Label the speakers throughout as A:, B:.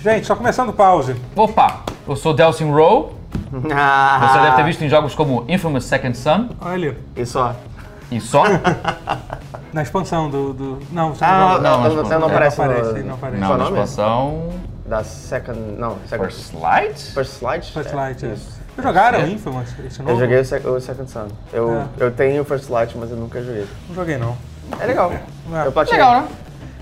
A: Gente, só começando o pause.
B: Opa, eu sou Delsin Rowe.
C: Ah,
B: Você deve ter visto em jogos como Infamous Second Son
A: Olha ali,
C: E só.
B: e só.
A: na expansão do. do- Não, você não,
C: Ah,
B: não,
C: não,
B: mas
C: não,
B: pô,
C: não,
B: não
C: aparece.
A: aparece,
C: no-
A: não aparece.
B: Não,
C: Qual
B: na
C: o nome?
B: expansão.
C: Da second. Não, second.
B: First Light?
C: First Light?
A: First
C: É,
A: Light. é.
C: isso.
A: Vocês jogaram
B: É.
A: Infamous? Esse novo?
C: Eu joguei o, sec- o Second Sun. Eu,
A: É.
C: eu tenho o First Light, mas eu nunca joguei.
A: Não joguei, não.
C: É legal.
A: É.
C: Eu platinei.
B: Legal, né?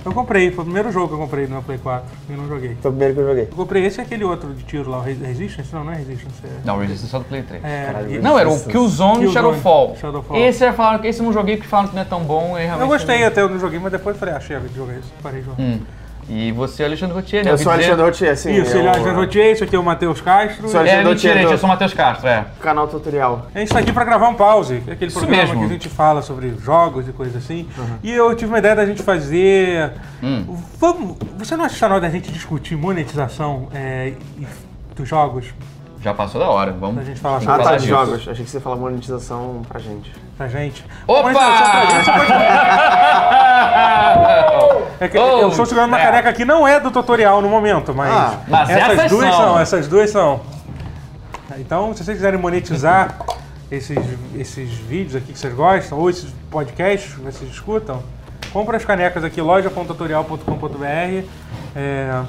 A: Eu comprei, foi o primeiro jogo que eu comprei no meu Play 4 e não joguei.
C: Foi o primeiro que eu joguei.
A: Eu comprei esse e aquele outro de tiro lá, o Re- Resistance? Não, não é Resistance. É...
B: Não, Resistance é só do Play 3.
A: é,
C: Caralho,
A: e-
B: Não, era o
C: Resistance.
B: Killzone,
A: Killzone,
B: Shadowfall.
A: Shadowfall.
B: Esse, era- falaram, que- esse eu não joguei porque falaram que não é tão bom. E realmente
A: Eu gostei até, eu não joguei, mas depois eu falei, ah, chega de jogar isso, parei de jogar.
B: Hum. E você é Alexandre Rotier, né?
C: Eu
B: ouvi
C: sou
B: dizer-
C: Alexandre Rotier, sim.
A: Isso,
C: eu,
A: ele é o Alexandre Rotier, esse aqui é o Matheus Castro.
C: Sou
A: e-
B: É,
C: Alexandre
B: mentira,
C: Rotier,
B: gente, eu
C: do-
B: sou o Matheus Castro, é.
C: Canal tutorial.
A: A gente tá aqui pra gravar um pause, que é aquele
B: Isso
A: programa
B: mesmo. Uhum.
A: que a gente fala sobre jogos e coisas assim. E eu tive uma ideia da gente fazer.
B: Hum.
A: Vamos. Você não acha que na hora da gente discutir monetização é, e- dos jogos
B: Já passou da hora, vamos.
A: A gente fala
B: vamos
A: sobre-
C: Ah,
B: falar
C: tá, de
B: disso.
C: jogos. Achei que você ia falar monetização pra gente.
A: pra gente?
B: Opa!
A: Monetização pra gente, você pode- é que
B: Oh,
A: eu estou segurando uma
B: snap.
A: caneca que não é do tutorial no momento, mas.
C: Ah,
B: mas essas
A: duas
B: são.
A: essas duas são. Então, se vocês quiserem monetizar esses, esses vídeos aqui que vocês gostam, ou esses podcasts que vocês escutam, compra as canecas aqui, loja.tutorial.com.br. É,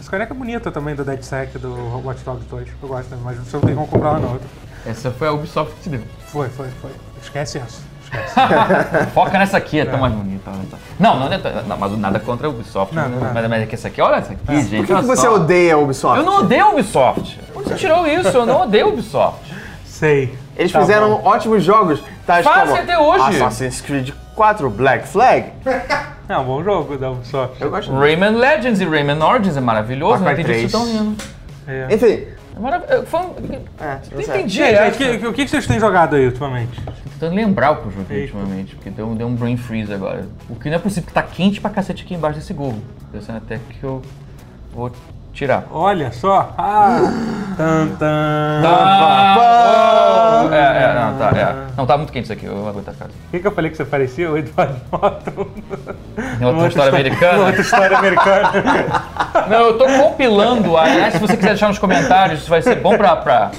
A: essa caneca é bonita também do DeadSec, do Watch Dogs 2. Eu gosto, também, mas você não tem como comprar lá não.
B: Essa foi a Ubisoft que te deu.
A: Foi, foi, foi. Esquece essa. Esquece.
B: Foca nessa aqui, é tão mais bonita. olha só. Não, não, não, não, mas nada contra a Ubisoft.
A: Não, não.
B: Mas, mas é que essa aqui, olha essa aqui, gente.
C: Por que,
B: olha
C: que você
B: só.
C: odeia a Ubisoft?
B: Eu não odeio a Ubisoft. Onde você tirou isso? Eu não odeio a Ubisoft.
A: Sei.
C: Eles
A: Tá
C: fizeram
A: bom.
C: ótimos jogos, tais
B: Fazem
C: como
B: até hoje.
C: Assassin's Creed 4, Black Flag.
A: É um bom jogo da Ubisoft.
C: Eu gosto.
B: Rayman Legends e Rayman Origins é maravilhoso,
C: Far
B: não
C: Cry
B: entendi o que vocês estão
C: 3.
B: rindo.
A: É.
C: Enfim,
B: É maravilhoso. Foi um...
C: é,
B: Não
C: não sei.
B: entendi.
A: Gente,
B: é,
A: o que, o que vocês têm jogado aí ultimamente?
B: Tô tentando lembrar o que eu joguei
A: Eita.
B: ultimamente, porque deu, deu um brain freeze agora. O que não é possível, porque tá quente pra cacete aqui embaixo desse gorro. Pensando até que eu vou tirar.
A: Olha só. Ah. tan, tan.
B: Tá. Ah, oh, é, é, não, tá,
A: Ah.
B: é. Não, tá muito quente isso aqui, eu vou aguentar cara.
A: O que, que eu falei que você parecia? O Eduardo Norton.
B: Em outra história
A: Uma
B: americana.
A: outra história americana.
B: Não, eu tô compilando. Aliás, se você quiser deixar nos comentários, isso vai ser bom pra. pra-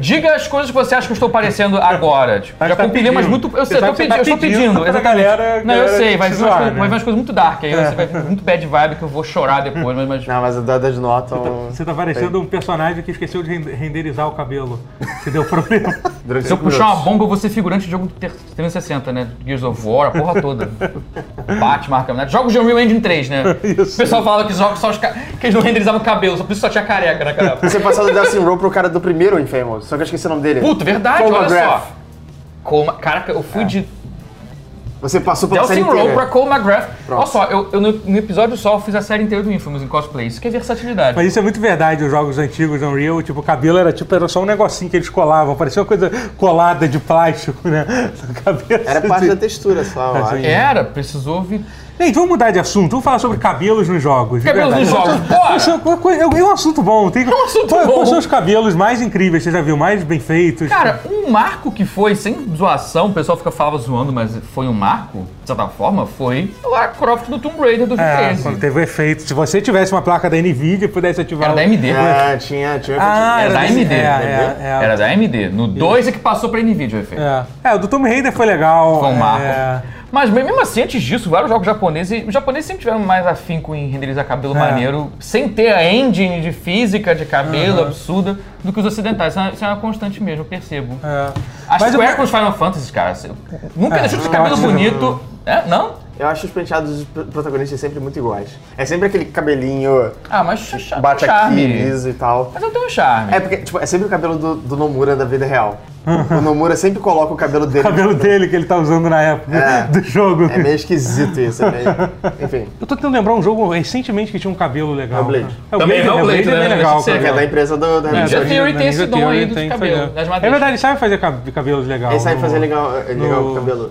B: Diga as coisas que você acha que eu estou parecendo agora. Tipo,
A: Mas
B: já
A: tá
B: compilei, mas
A: pedindo.
B: muito. Eu,
A: Você
B: sei, eu, tô
A: sabe que você
B: pedindo,
A: tá
B: eu estou
A: pedindo
B: pedindo.
A: pra
B: exatamente.
A: galera-
B: não, eu
A: galera
B: sei,
A: te
B: vai vir umas
A: zoar,
B: coisas-
A: né? É.
B: vai vir umas coisas muito dark aí, você vai vir muito bad vibe que eu vou chorar depois, mas. mas-
C: Não, mas o da da de
B: Então,
C: Norton.
A: Você tá parecendo um personagem que esqueceu de rende- renderizar o cabelo. Se deu problema.
C: Durante
B: Se eu
C: cinco
B: puxar uma
C: minutos.
B: bomba, eu vou ser figurante de jogo do ter- 360, né? Gears of War, a porra toda. Bate, marca, né? Jogos de Unreal Engine 3, né? O pessoal falava que, joga só os ca... que eles não renderizavam o cabelo, só por isso só tinha careca naquela época.
C: Você passou do Delsin Row pro cara do primeiro Infamous, só que eu esqueci o nome dele.
B: Puta, verdade, olha
C: McGrath.
B: só. Cole Ma- Caraca, eu fui de
C: Você passou pela série
B: Delsin Rowe pra
C: inteira.
B: Cole McGrath.
C: Pronto.
B: Olha só, eu, eu no, no episódio só eu fiz a série inteira do Infamous em cosplay. Isso que é versatilidade.
A: Mas isso é muito verdade, os jogos antigos do Unreal, tipo, o cabelo era tipo, era só um negocinho que eles colavam, parecia uma coisa colada de plástico, né? Na cabeça.
C: Era parte
A: de-
C: da textura só, eu acho.
B: Era, precisou vir.
A: Gente, vamos mudar de assunto, vamos falar sobre cabelos nos jogos. de
B: Cabelos nos
A: verdade.
B: jogos, bora!
A: Isso é, uma coisa- é um assunto bom. Tem,
B: um assunto
A: quais,
B: bom.
A: Quais são os cabelos mais incríveis que você já viu, mais bem feitos?
B: Cara, um marco que foi, sem zoação, o pessoal fica, falava zoando, mas foi um marco, de certa forma, foi o Lara Croft do Tomb Raider do
A: é,
B: V13.
A: quando teve o efeito. Se você tivesse uma placa da NVIDIA e pudesse ativar...
B: Era da
A: o-
B: AMD.
C: É, tinha, tinha.
A: Ah,
B: Era da
A: desse-
B: AMD,
A: É,
B: entendeu?
A: é, é.
B: Era da AMD. No 2 é que passou pra NVIDIA o efeito.
A: É. É, o do Tomb Raider foi legal.
B: Foi um marco.
A: é.
B: Mas mesmo assim, antes disso, vários jogos japoneses, os japoneses sempre tiveram mais afinco em renderizar cabelo
A: É.
B: maneiro, sem ter a engine de física de cabelo
A: Uhum.
B: absurda, do que os ocidentais. Isso é uma, isso é uma constante mesmo, eu percebo.
A: é.
B: A
A: Mas
B: Square
A: o-
B: com os Final Fantasy, cara, assim, nunca deixou os
A: eu
B: cabelos
A: acho-
B: bonitos. É, não?
C: Eu acho os penteados dos pr- protagonistas sempre muito iguais. É sempre aquele cabelinho
B: Ah, mas ch- ch-
C: bate
B: charme.
C: aqui, liso e tal.
B: Mas não tem um charme.
C: É porque, tipo, é sempre o cabelo do, do Nomura da vida real. O Nomura sempre coloca o cabelo dele.
A: O cabelo dele que ele tá usando na época
C: É.
A: do jogo.
C: É meio esquisito isso, é meio... Enfim,
A: Eu tô tentando lembrar um jogo recentemente que tinha um cabelo legal.
C: Hellblade.
A: cara.
B: Também
A: Hellblade,
B: Hellblade,
A: Hellblade é
B: né?
A: bem legal.
B: Esse é
A: cara.
C: que é da empresa do... do
B: Ninja
C: Hellblade.
B: Theory tem esse dom aí dos
A: Tem que
B: cabelos,
A: fazer.
B: das
A: É
B: madeixas.
A: verdade, sabe fazer cab- cabelos legal.
C: Ele sabe
A: no-
C: fazer legal, legal o
A: no-
C: cabelo.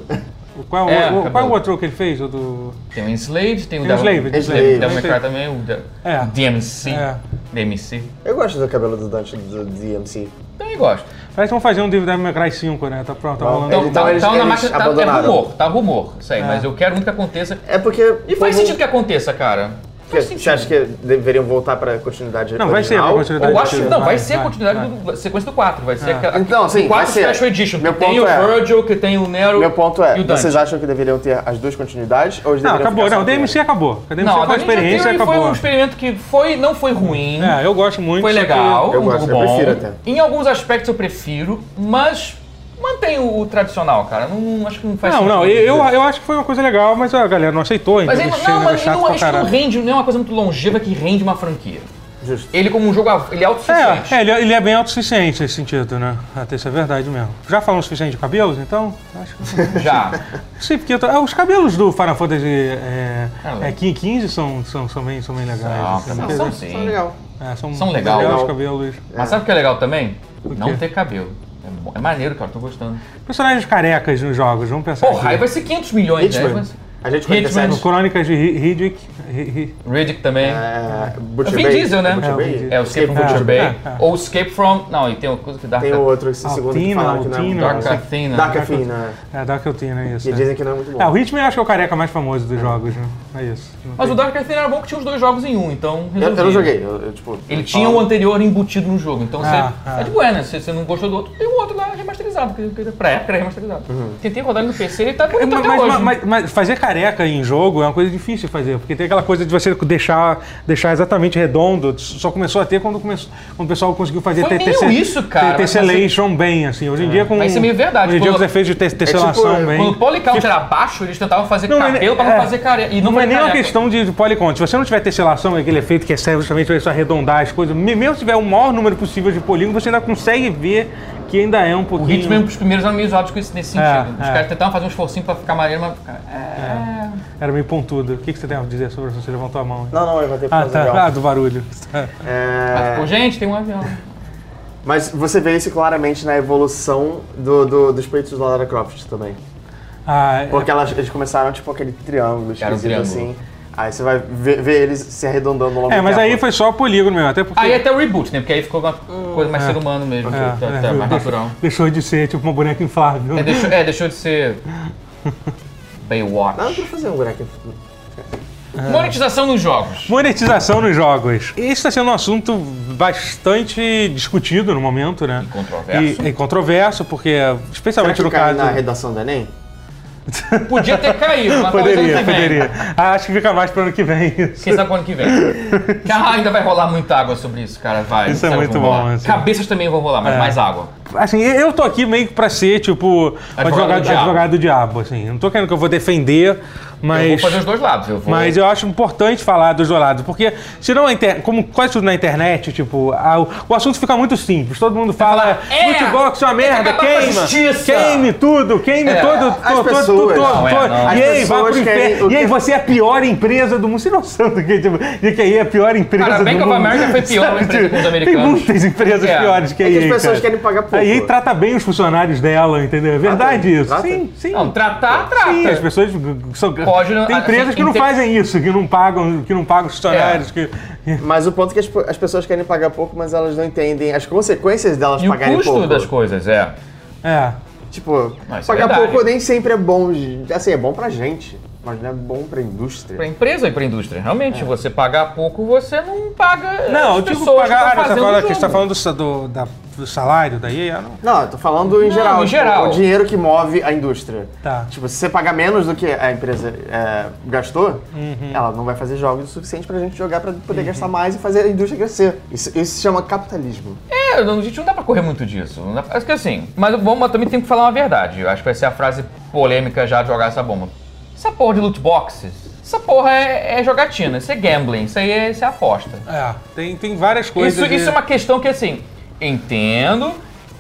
A: O- Qual,
B: É,
A: é, o, o- qual é
B: cabelo.
A: o outro que ele fez? O do.
B: Tem o Enslaved, tem
A: Tem
B: o
A: o
B: Devil
A: Enslaved,
B: Enslaved,
C: Enslaved.
B: Devil May Cry
A: Enslaved.
B: também, o da-
A: É.
B: DMC.
A: É.
B: DMC.
C: Eu gosto do cabelo do Dante do DMC.
B: Também Então gosto.
A: Parece que vão fazer um Devil May Cry 5, né? Tá pronto, tá
C: Bom,
A: rolando.
B: Então,
C: Então,
B: tá,
C: eles-
B: tá na
C: eles
B: máquina, tá, é
C: abandonaram.
A: É.
B: rumor, tá rumor, isso aí, mas eu quero muito que aconteça.
C: É porque...
B: E faz sentido que aconteça, cara.
C: Que- Você acha que deveriam voltar pra continuidade
A: Não, vai ser
C: original?
A: pra continuidade.
B: Eu acho que não, vai
A: Vai,
B: ser a
A: vai,
B: continuidade
A: vai.
B: do, da sequência do 4. Vai ser aquela.
C: Então, sim,
B: o 4
C: vai ser.
B: Special Edition.
C: Meu
B: que tem
C: ponto
B: o
C: é-
B: Virgil, que tem o Nero.
C: Meu ponto
B: e
C: é,
B: o Dante.
C: vocês acham que deveriam ter as duas continuidades ou eles
A: Não,
C: deveriam
A: acabou.
C: ficar só
A: Não,
C: com
A: DMC acabou. A DMC
B: Não, a
A: foi uma
B: Dungeon
A: experiência e
B: Theory foi
A: acabou.
B: um experimento que foi, não foi ruim.
A: É, eu gosto muito.
B: Foi
A: só que-
B: legal,
C: Eu
B: um
C: gosto,
B: jogo
C: eu
B: bom.
C: prefiro até.
B: Em alguns aspectos eu prefiro, mas mantém o, o tradicional, cara. Não, acho que não faz
A: Não,
B: sentido.
A: não, eu, eu acho que foi uma coisa legal, mas a galera não aceitou, então
B: Mas ele, não, mas ele
A: chato
B: não,
A: pra
B: acho que não
A: caralho.
B: rende, não é uma coisa muito longeva que rende uma franquia.
C: Justo.
B: Ele como um jogo, av- ele é autossuficiente.
A: É, é, ele, ele é bem autossuficiente nesse sentido, né? Até isso é verdade mesmo. Já falamos o suficiente de cabelos, então? Acho que.
B: Já.
A: Sim, porque eu tô- ah, os cabelos do Final Fantasy é,
B: Ah,
A: é, 15 são, são, são, bem, são bem legais. assim. É,
B: Não, são, são
C: Tá
B: sim.
C: legal.
A: são,
B: são legal.
A: legais os
C: Legal.
A: cabelos.
B: Mas sabe o que é legal também? Não
A: quê?
B: ter cabelo. É, bom- é maneiro, cara, tô gostando.
A: Personagens carecas nos jogos, vamos pensar.
B: Porra, aí
A: aqui.
B: vai ser 500 milhões, né?
C: Hitman.
B: Mas-
C: A gente
B: Hitman.
A: No
C: 47.
A: Crônicas de Ri- Riddick. Ri- Ri-
B: Riddick também.
C: É, Butcher
B: Vin
C: Bay.
B: Diesel, né?
C: É Butcher
A: É, o
C: Bay?
A: Vin Diesel.
B: É o Escape from
A: É,
B: Butcher Bay.
A: é, é.
B: Ou Escape from... Não, e tem uma coisa que dá...
C: Tem o outro,
A: Ah,
C: esse segundo que
A: Altina,
C: falaram que não é muito
A: Altina.
C: bom.
B: Dark
A: Dark
B: Athena.
C: Dark Athena,
A: É, Dark Altina, é isso.
C: que
A: né?
C: dizem que não é muito bom.
A: É, o Ritmo eu acho que é o careca mais famoso dos jogos, né? É isso. Não
B: Mas
A: tem-
B: o Dark Athena era bom que tinha os dois jogos em um, então
C: Eu, eu
B: resolvia.
C: não joguei, eu, eu, tipo...
B: Ele tinha um o anterior embutido no jogo, então
A: Ah,
B: você...
A: ah.
B: É de boa, né? Se você não gostou do outro, tem o outro lá remasterizado, que, que pra época era remasterizado.
C: Uhum.
B: Tentei rodar ele no PC, ele tá
A: É,
B: bonito
A: mas,
B: até hoje.
A: mas- mas- mas fazer careca em jogo é uma coisa difícil de fazer, porque tem aquela coisa de você deixar, deixar exatamente redondo. Só começou a ter quando, começou, quando o pessoal conseguiu fazer
B: Foi
A: te-
B: meio
A: tece-
B: isso, cara,
A: te-
B: mas
A: Tessellation bem, assim. Hoje em dia com.
B: Mas isso é meio verdade,
A: Hoje em dia
B: quando-
A: os efeitos de te- tesselação
C: tipo,
A: bem.
B: Quando o Polycount era baixo, eles tentavam fazer
A: Não, mas-
B: cabelo pra não
A: é.
B: fazer careca. E não,
A: Não,
B: foi
A: é nem uma
B: careca.
A: questão de, de policon. Se você não tiver tesselação, aquele efeito que serve justamente para isso arredondar as coisas, me- mesmo se tiver o maior número possível de polígono, você ainda consegue ver que ainda é um
B: O
A: pouquinho.
B: Hitman, os primeiros eram meio zoados com isso nesse sentido.
A: É,
B: Os
A: é.
B: caras tentavam fazer um esforcinho pra ficar maneiro, mas... cara, é.
A: Era meio pontudo. O que, que você tem a dizer sobre isso? Você levantou a mão. hein?
C: Não, não, eu levantei por
A: Ah,
C: causa
A: tá. Ah,
C: legal.
A: do barulho.
B: Mas
C: É,
B: ficou, gente, tem um avião.
C: Mas você vê isso claramente na evolução do, do- dos peitos da Lara Croft também.
A: Ah, é-
C: Porque elas, eles começaram, tipo, aquele triângulo
B: Era um
C: esquisito
B: triângulo.
C: assim. Aí você vai ver, ver eles se arredondando logo
A: É, mas aí foi só polígono mesmo, até porque.
B: Aí até o reboot, né? Porque aí ficou uma
C: Hum.
B: coisa mais ser humano mesmo,
A: É,
B: tá-
A: é,
B: tá mais
A: deixou-
B: natural.
A: Deixou de ser tipo uma boneca inflável.
B: É, deixou, é, deixou de ser. Baywatch.
C: Não, eu quero fazer um buraco.
A: É.
B: Monetização nos jogos.
A: Monetização nos jogos. Esse está sendo um assunto bastante discutido no momento, né?
B: E controverso.
A: E, e controverso, porque, especialmente
C: Será que
A: É, no
C: cai
A: caso.
C: na redação do Enem?
B: Podia ter caído, mas talvez ano
A: Poderia,
B: que vem.
A: poderia. Ah, acho que fica mais para ano que vem isso.
B: Quem sabe quando que vem. Ah, ainda vai rolar muita água sobre isso, cara. Vai.
A: Isso é
B: Sabe,
A: muito
B: vão
A: bom,
B: rolar.
A: assim.
B: Cabeças também vão rolar, mas mais água.
A: Assim, eu tô aqui meio que pra ser, tipo,
B: Advogado do
A: advogado,
B: diabo.
A: advogado do diabo, assim. Não tô querendo que eu vou defender, mas.
B: Eu vou fazer os dois lados. Eu vou.
A: Mas eu acho importante falar dos dois lados, porque senão, a inter... como quase tudo na internet, tipo, a- o assunto fica muito simples. Todo mundo fala,
B: É,
A: futebol que isso é uma merda,
B: acabar com a
A: queima,
B: justiça."
A: queime tudo, queime
B: É,
A: todo,
C: as
A: todo, todo, todo,
C: pessoas.
B: Não, é,
A: todo.
B: não.
A: E
C: As
A: aí, vai pro
C: pessoas querem
A: inferno.
C: o
A: E aí,
C: que-
A: você é a pior empresa do mundo. Você não sabe do que, tipo, de que aí é a pior empresa
B: Cara,
A: do
B: Bank
A: mundo.
B: of America foi pior
A: Sabe,
B: empresa
A: tipo,
B: que os
A: Tem
B: americanos.
A: muitas empresas
B: É.
A: piores que a
C: É que as
A: EA,
C: pessoas
A: cara.
C: querem pagar pouco.
A: A EA trata bem os funcionários dela, entendeu? É verdade isso.
C: Trata?
A: Sim, sim.
B: Não, tratar, trata.
A: Sim, as pessoas são,
B: Pode, não-
A: tem empresas
B: assim,
A: que não
B: inte-
A: fazem isso, que não pagam, que não pagam os
B: É.
A: funcionários, que
C: Mas o ponto é que as, po- as pessoas querem pagar pouco, mas elas não entendem as consequências delas
B: E o
C: pagarem
B: custo
C: pouco.
B: das coisas, é.
A: é.
C: Tipo,
B: Não, isso é
C: pagar
B: verdade.
C: pouco nem sempre é bom. de- Assim, é bom pra gente, mas não é bom pra indústria.
B: Pra empresa e pra indústria. Realmente, você pagar pouco, você não paga.
A: É. Não, eu
B: as
A: digo
B: pessoas que
A: pagar,
B: tão
A: você
B: fazendo
A: fala
B: o
A: que você tá
B: jogo.
A: falando do, sa- do- da- do salário da EA, não.
C: Não, eu tô falando em
B: Não,
C: geral.
B: em
C: tipo,
B: geral.
C: O dinheiro que move a indústria.
A: Tá.
C: Tipo, se você pagar menos do que a empresa é, gastou, ela não vai fazer jogos o suficiente pra gente jogar pra poder gastar mais e fazer a indústria crescer. Isso, isso se chama capitalismo.
B: É, não, a gente não dá pra correr muito disso. Não dá pra- Acho que assim. Mas bom, mas também tem que falar uma verdade. Eu acho que vai ser a frase polêmica já de jogar essa bomba. Essa porra de loot boxes. Essa porra é, é jogatina, isso é gambling, isso aí é, isso é aposta.
A: É, tem, tem várias coisas.
B: Isso,
A: de-
B: isso é uma questão que assim, entendo,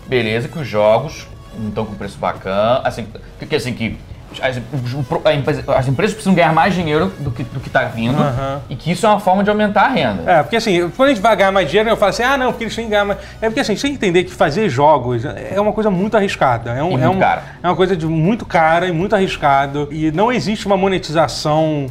B: beleza, que os jogos não estão com preço bacana, assim, que, que, assim, que as, os- pro- a empresa- as empresas precisam ganhar mais dinheiro do que, do que tá vindo
A: Aham.
B: e que isso é uma forma de aumentar a renda.
A: É, porque assim, quando a gente vai ganhar mais dinheiro, eu falo assim, ah, não, porque eles têm que ganhar mais. É porque assim, você entender que fazer jogos é uma coisa muito arriscada. É, um,
B: E
A: é,
B: muito
A: um-
B: cara.
A: é uma coisa de muito cara e muito arriscado. E não existe uma monetização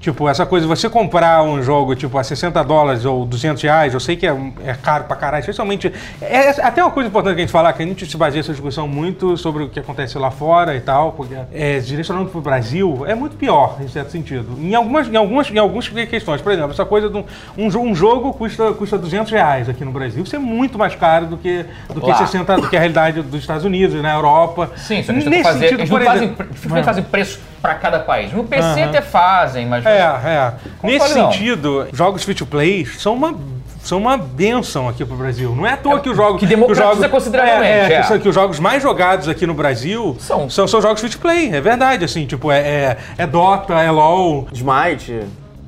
A: Tipo, essa coisa, você comprar um jogo, tipo, a 60 dólares ou 200 reais, eu sei que é, um- é caro pra caralho, especialmente... É é até uma coisa importante que a gente falar, que a gente se baseia essa discussão muito sobre o que acontece lá fora e tal, porque é, direcionando pro Brasil, é muito pior, em certo sentido. Em algumas, em algumas, em algumas questões, por exemplo, essa coisa de um, um, jo- um jogo custa, custa 200 reais aqui no Brasil, isso é muito mais caro do que, do que,
B: Lá.
A: 60, do que a realidade dos Estados Unidos, na Europa.
B: Sim, só que eles tentam
A: É. Nesse
B: fazer.
A: sentido,
B: eles
A: por
B: não fazem,
A: exemplo-
B: dificilmente fazem preço pra cada país. No PC até fazem, mas.
A: É, é.
B: Não
A: Nesse
B: fale não.
A: sentido, jogos free to play são uma são uma benção aqui pro Brasil. Não é à toa que os jogos
B: que
A: os
B: democratiza
A: jogos,
B: consideravelmente,
A: É, é,
B: é.
A: Que, são- que os jogos mais jogados aqui no Brasil
B: São.
A: são são, jogos free to play, é verdade, assim, tipo é, é, é Dota, é LoL,
C: Smite.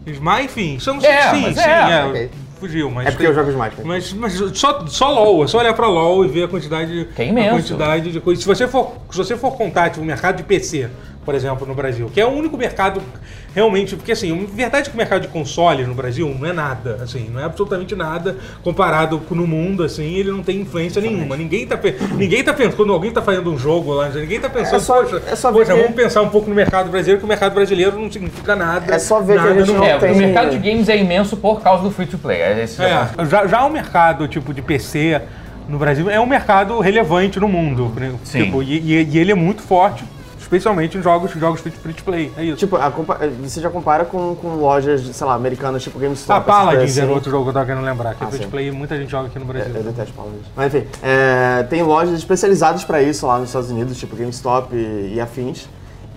C: é
A: Smite, enfim, são
B: É,
A: sim,
B: mas
A: sim,
B: é,
A: é,
C: ok.
A: fugiu, mas
C: É porque
A: tem-
C: eu jogo Smite. né?
A: mas, mas só, só LOL, é só olhar pra LOL e ver a quantidade,
B: Que é imenso.
A: a quantidade de coisas. Se você for, se você for contar tipo, o mercado de PC, por exemplo, no Brasil, que é o único mercado realmente, porque assim, a verdade é que o mercado de console no Brasil não é nada, assim, não é absolutamente nada comparado com no mundo, assim, ele não tem influência nenhuma. Ninguém tá, pe- ninguém tá pensando, quando alguém tá fazendo um jogo lá, ninguém tá pensando,
C: É só-
A: poxa,
C: é só ver
A: poxa,
C: que-
A: vamos pensar um pouco no mercado brasileiro, que o mercado brasileiro não significa nada.
C: É só ver que a
A: nada
C: gente
A: no
C: não
B: É,
C: tem-
B: o mercado de games é imenso por causa do free to play. É esse é o ponto.
A: É, já, já o mercado tipo de PC no Brasil é um mercado relevante no mundo. né?
B: Sim.
A: Tipo, e, e- e ele é muito forte, especialmente em jogos, jogos free free to play. É isso.
C: Tipo, a compa- você já compara com, com lojas, sei lá, americanas, tipo GameStop.
A: a
C: essas coisas
A: Ah, Paladins é era
C: assim.
A: outro jogo que eu tava querendo lembrar, que
C: Ah,
A: é free to
C: sim.
A: play e muita gente joga aqui no Brasil.
C: Eu detesto palavras. Mas enfim, é, tem lojas especializadas pra isso lá nos Estados Unidos, tipo GameStop e, e afins.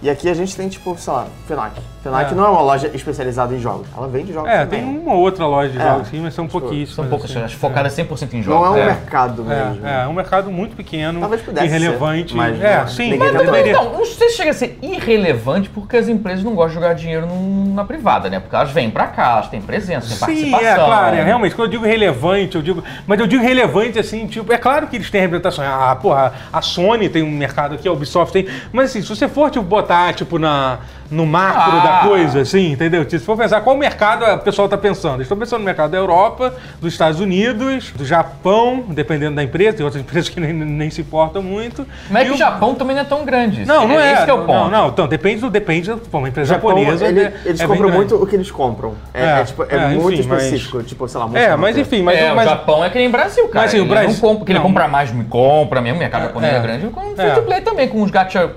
C: E aqui a gente tem, tipo, sei lá, Fnac. Fnac
A: É.
C: não é uma loja especializada em jogos. Ela vende jogos
A: É,
C: também.
A: tem uma ou outra loja de
C: É.
A: jogos, sim, mas são pouquíssimas.
B: São poucas,
A: assim.
B: assim, focadas 100% em
C: Não é
B: jogos.
C: um
B: é.
C: mercado mesmo.
A: É, é, é um mercado muito pequeno,
C: Talvez pudesse
A: irrelevante.
C: ser, mas
A: é,
C: não-
A: sim,
C: ninguém
A: mas
C: já
B: Mas também,
A: deveria.
B: não, não sei se então, chega a ser irrelevante porque as empresas não gostam de jogar dinheiro num- na privada, né? Porque elas vêm pra cá, elas têm presença, têm
A: Sim, é
B: participação.
A: claro, é, realmente, quando eu digo relevante, eu digo. Mas eu digo relevante assim, tipo, é claro que eles têm representação. Ah, porra, a Sony tem um mercado aqui, a Ubisoft tem. Mas assim, se você for tipo, botar, tipo, na, no macro
B: Ah.
A: da coisa, assim, entendeu? Se for pensar qual mercado o pessoal tá pensando. Eles estão pensando no mercado da Europa, dos Estados Unidos, do Japão, dependendo da empresa, tem outras empresas que nem, nem se importam muito.
B: Mas é
A: E
B: que o Japão também não é tão grande.
A: Não, não é.
B: Esse que é o
A: Não,
B: ponto.
A: Não, então, depende do. Depende da pô, uma empresa
C: Japão,
A: japonesa.
C: ele-
A: é-
C: eles
A: é bem
C: compram
A: grande.
C: muito o que eles compram. É,
A: É,
C: é, tipo, é,
A: é,
C: muito
A: enfim, mas-
C: específico. Tipo, sei lá,
A: É,
C: Monster
A: mas
C: Hunter.
A: enfim, mas.
B: é,
A: mas-
B: o Japão é que nem Brasil,
A: Mas,
B: cara.
A: assim, o
B: ele
A: Brasil-
B: não compra, que ele
A: não.
B: compra mais, me compra mesmo, o mercado japonês
A: É.
B: é grande, com
A: É.
B: free to play também, com os gacha,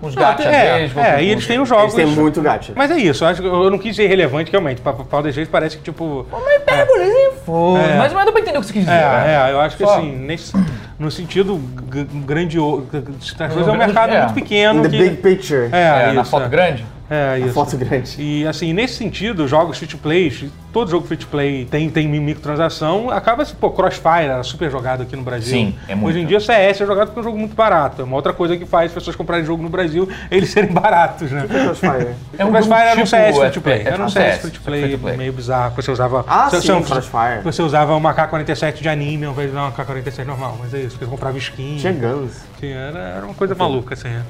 B: com os
A: Não,
B: gacha
A: é,
B: mesmo.
A: é,
B: com- né?
A: e eles têm os jogos.
C: Eles têm muito gacha.
A: Mas é isso, eu acho que eu não quis ser irrelevante, realmente. Pra, pra pra deixar isso parece que, tipo.
B: Mas pega, por exemplo.
A: É.
B: Mas não dá pra entender o que você quis
A: É,
B: dizer. né?
A: é, eu acho que
B: Só.
A: assim, nesse, no sentido g- grandioso. g- g- As coisas é um
B: grande-
A: mercado
B: é.
A: muito
C: In
A: pequeno.
C: the
A: que-
C: big picture.
A: é,
B: É,
A: isso,
B: na foto
A: é.
B: grande.
A: É, isso.
C: Foto grande.
A: E assim, nesse sentido, jogos free to play, todo jogo free to play tem, tem microtransação, acaba se, pô, Crossfire era super jogado aqui no Brasil.
B: Sim, é muito.
A: Hoje em dia, CS é jogado porque é um jogo muito barato. É uma outra coisa que faz as pessoas comprarem jogo no Brasil, eles serem baratos, né?
C: Crossfire.
B: É
A: o Crossfire era um CS free to play.
B: FPS,
A: Era um CS free to play meio bizarro, que você usava. um
C: Ah,
A: você,
C: sim,
A: você-
C: Crossfire.
A: Você usava uma K-47 de anime ao invés de uma K-47 normal, mas é isso, porque você comprava skin.
C: Tinha Guns.
A: Sim, era, era uma coisa maluca, assim. é.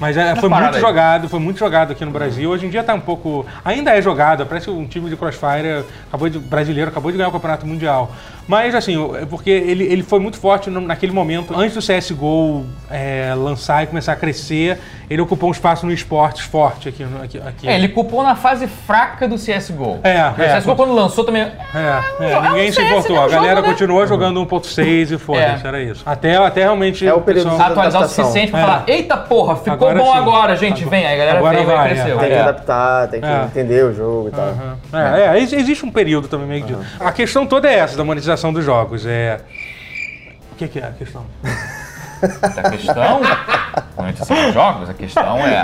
A: Mas é, foi
B: parada
A: muito
B: aí.
A: jogado, foi muito jogado aqui no Brasil. Hoje em dia tá um pouco. Ainda é jogado, parece que um time de crossfire acabou de, brasileiro acabou de ganhar o Campeonato Mundial. Mas assim, o- é porque ele, ele foi muito forte no- naquele momento, antes do CSGO é, lançar e começar a crescer, ele ocupou um espaço no esportes forte aqui. no- aqui, aqui.
B: É, ele culpou na fase fraca do CSGO.
A: É,
B: o
A: é.
B: CSGO quando lançou também...
A: É, é,
B: É um
A: ninguém se
B: CS
A: importou. A
B: mesmo jogo,
A: galera
B: né?
A: continuou jogando 1.6 e foda-se,
B: É.
A: era isso. Até, até realmente.
C: É o período
A: pessoal-
C: da
B: Atualizar Tá o
C: adaptação.
B: suficiente pra
A: É.
B: falar, eita porra, ficou
A: Agora
B: bom
A: sim.
B: agora, gente, vem. Aí a galera
A: Agora
B: veio e
A: vai,
B: cresceu.
A: é.
C: Tem que
B: É.
C: adaptar, tem que
A: É.
C: entender o jogo e tal.
A: É, é, ex- existe um período também meio que disso. A questão toda é essa da monetização dos jogos. É. O que, que é a questão?
B: A questão, antes dos jogos, a questão é.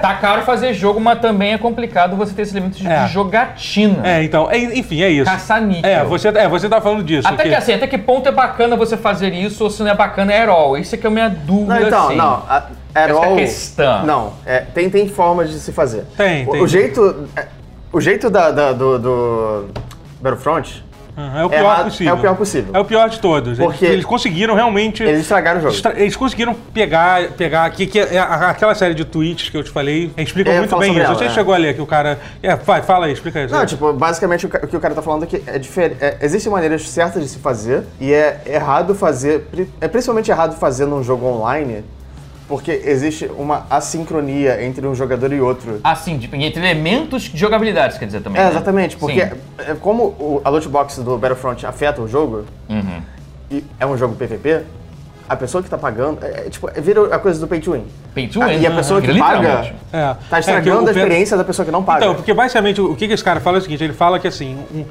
B: Tá caro fazer jogo, mas também é complicado você ter esse elemento de
A: É.
B: jogatina.
A: É, então, é, enfim, é isso.
B: Caçar níquel.
A: É, você, é, você tá falando disso.
B: Até que assim, até que ponto é bacana você fazer isso, ou se não é bacana é herói. Isso é que é a minha dúvida,
C: Não, então,
B: assim.
C: não. A, at
B: Essa é a
C: all-
B: questão.
C: Não, é, tem, tem formas de se fazer.
A: Tem,
C: o,
A: tem.
C: O jeito, é, o jeito da, da- do, do Battlefront,
A: Uhum, é o
C: É
A: pior
C: a-
A: possível.
C: é o pior possível.
A: É o pior de todos. Eles-
C: Porque
A: eles, conseguiram realmente.
C: eles estragaram o jogo.
A: estra- Eles conseguiram pegar, pegar aqui, que é a- aquela série de tweets que eu te falei, explica
C: É,
A: muito
C: fala
A: bem
C: sobre
A: isso.
C: ela,
A: você
C: é.
A: chegou a ler que o cara. É, vai, fala aí, explica isso.
C: Não, tipo, basicamente o ca- o que o cara tá falando é que é difer- é, existem maneiras certas de se fazer e é errado fazer, pri- é principalmente errado fazer num jogo online, porque existe uma assincronia entre um jogador e outro.
B: Assim, de, entre elementos de jogabilidade, isso quer dizer também.
C: É,
B: né?
C: exatamente, porque
B: Sim.
C: é, como o- a loot box do Battlefront afeta o jogo,
B: Uhum.
C: e é um jogo PVP, a pessoa que tá pagando, é, é, tipo, vira a coisa do pay to win.
B: Pay to
C: Ah,
B: win, né?
C: e a pessoa que paga
B: literalmente.
A: É.
C: tá
A: É, que o
C: estragando a
A: Pedro-
C: experiência da pessoa que não paga.
A: Então, porque basicamente o o que, que esse cara fala é o seguinte: ele fala que assim, um,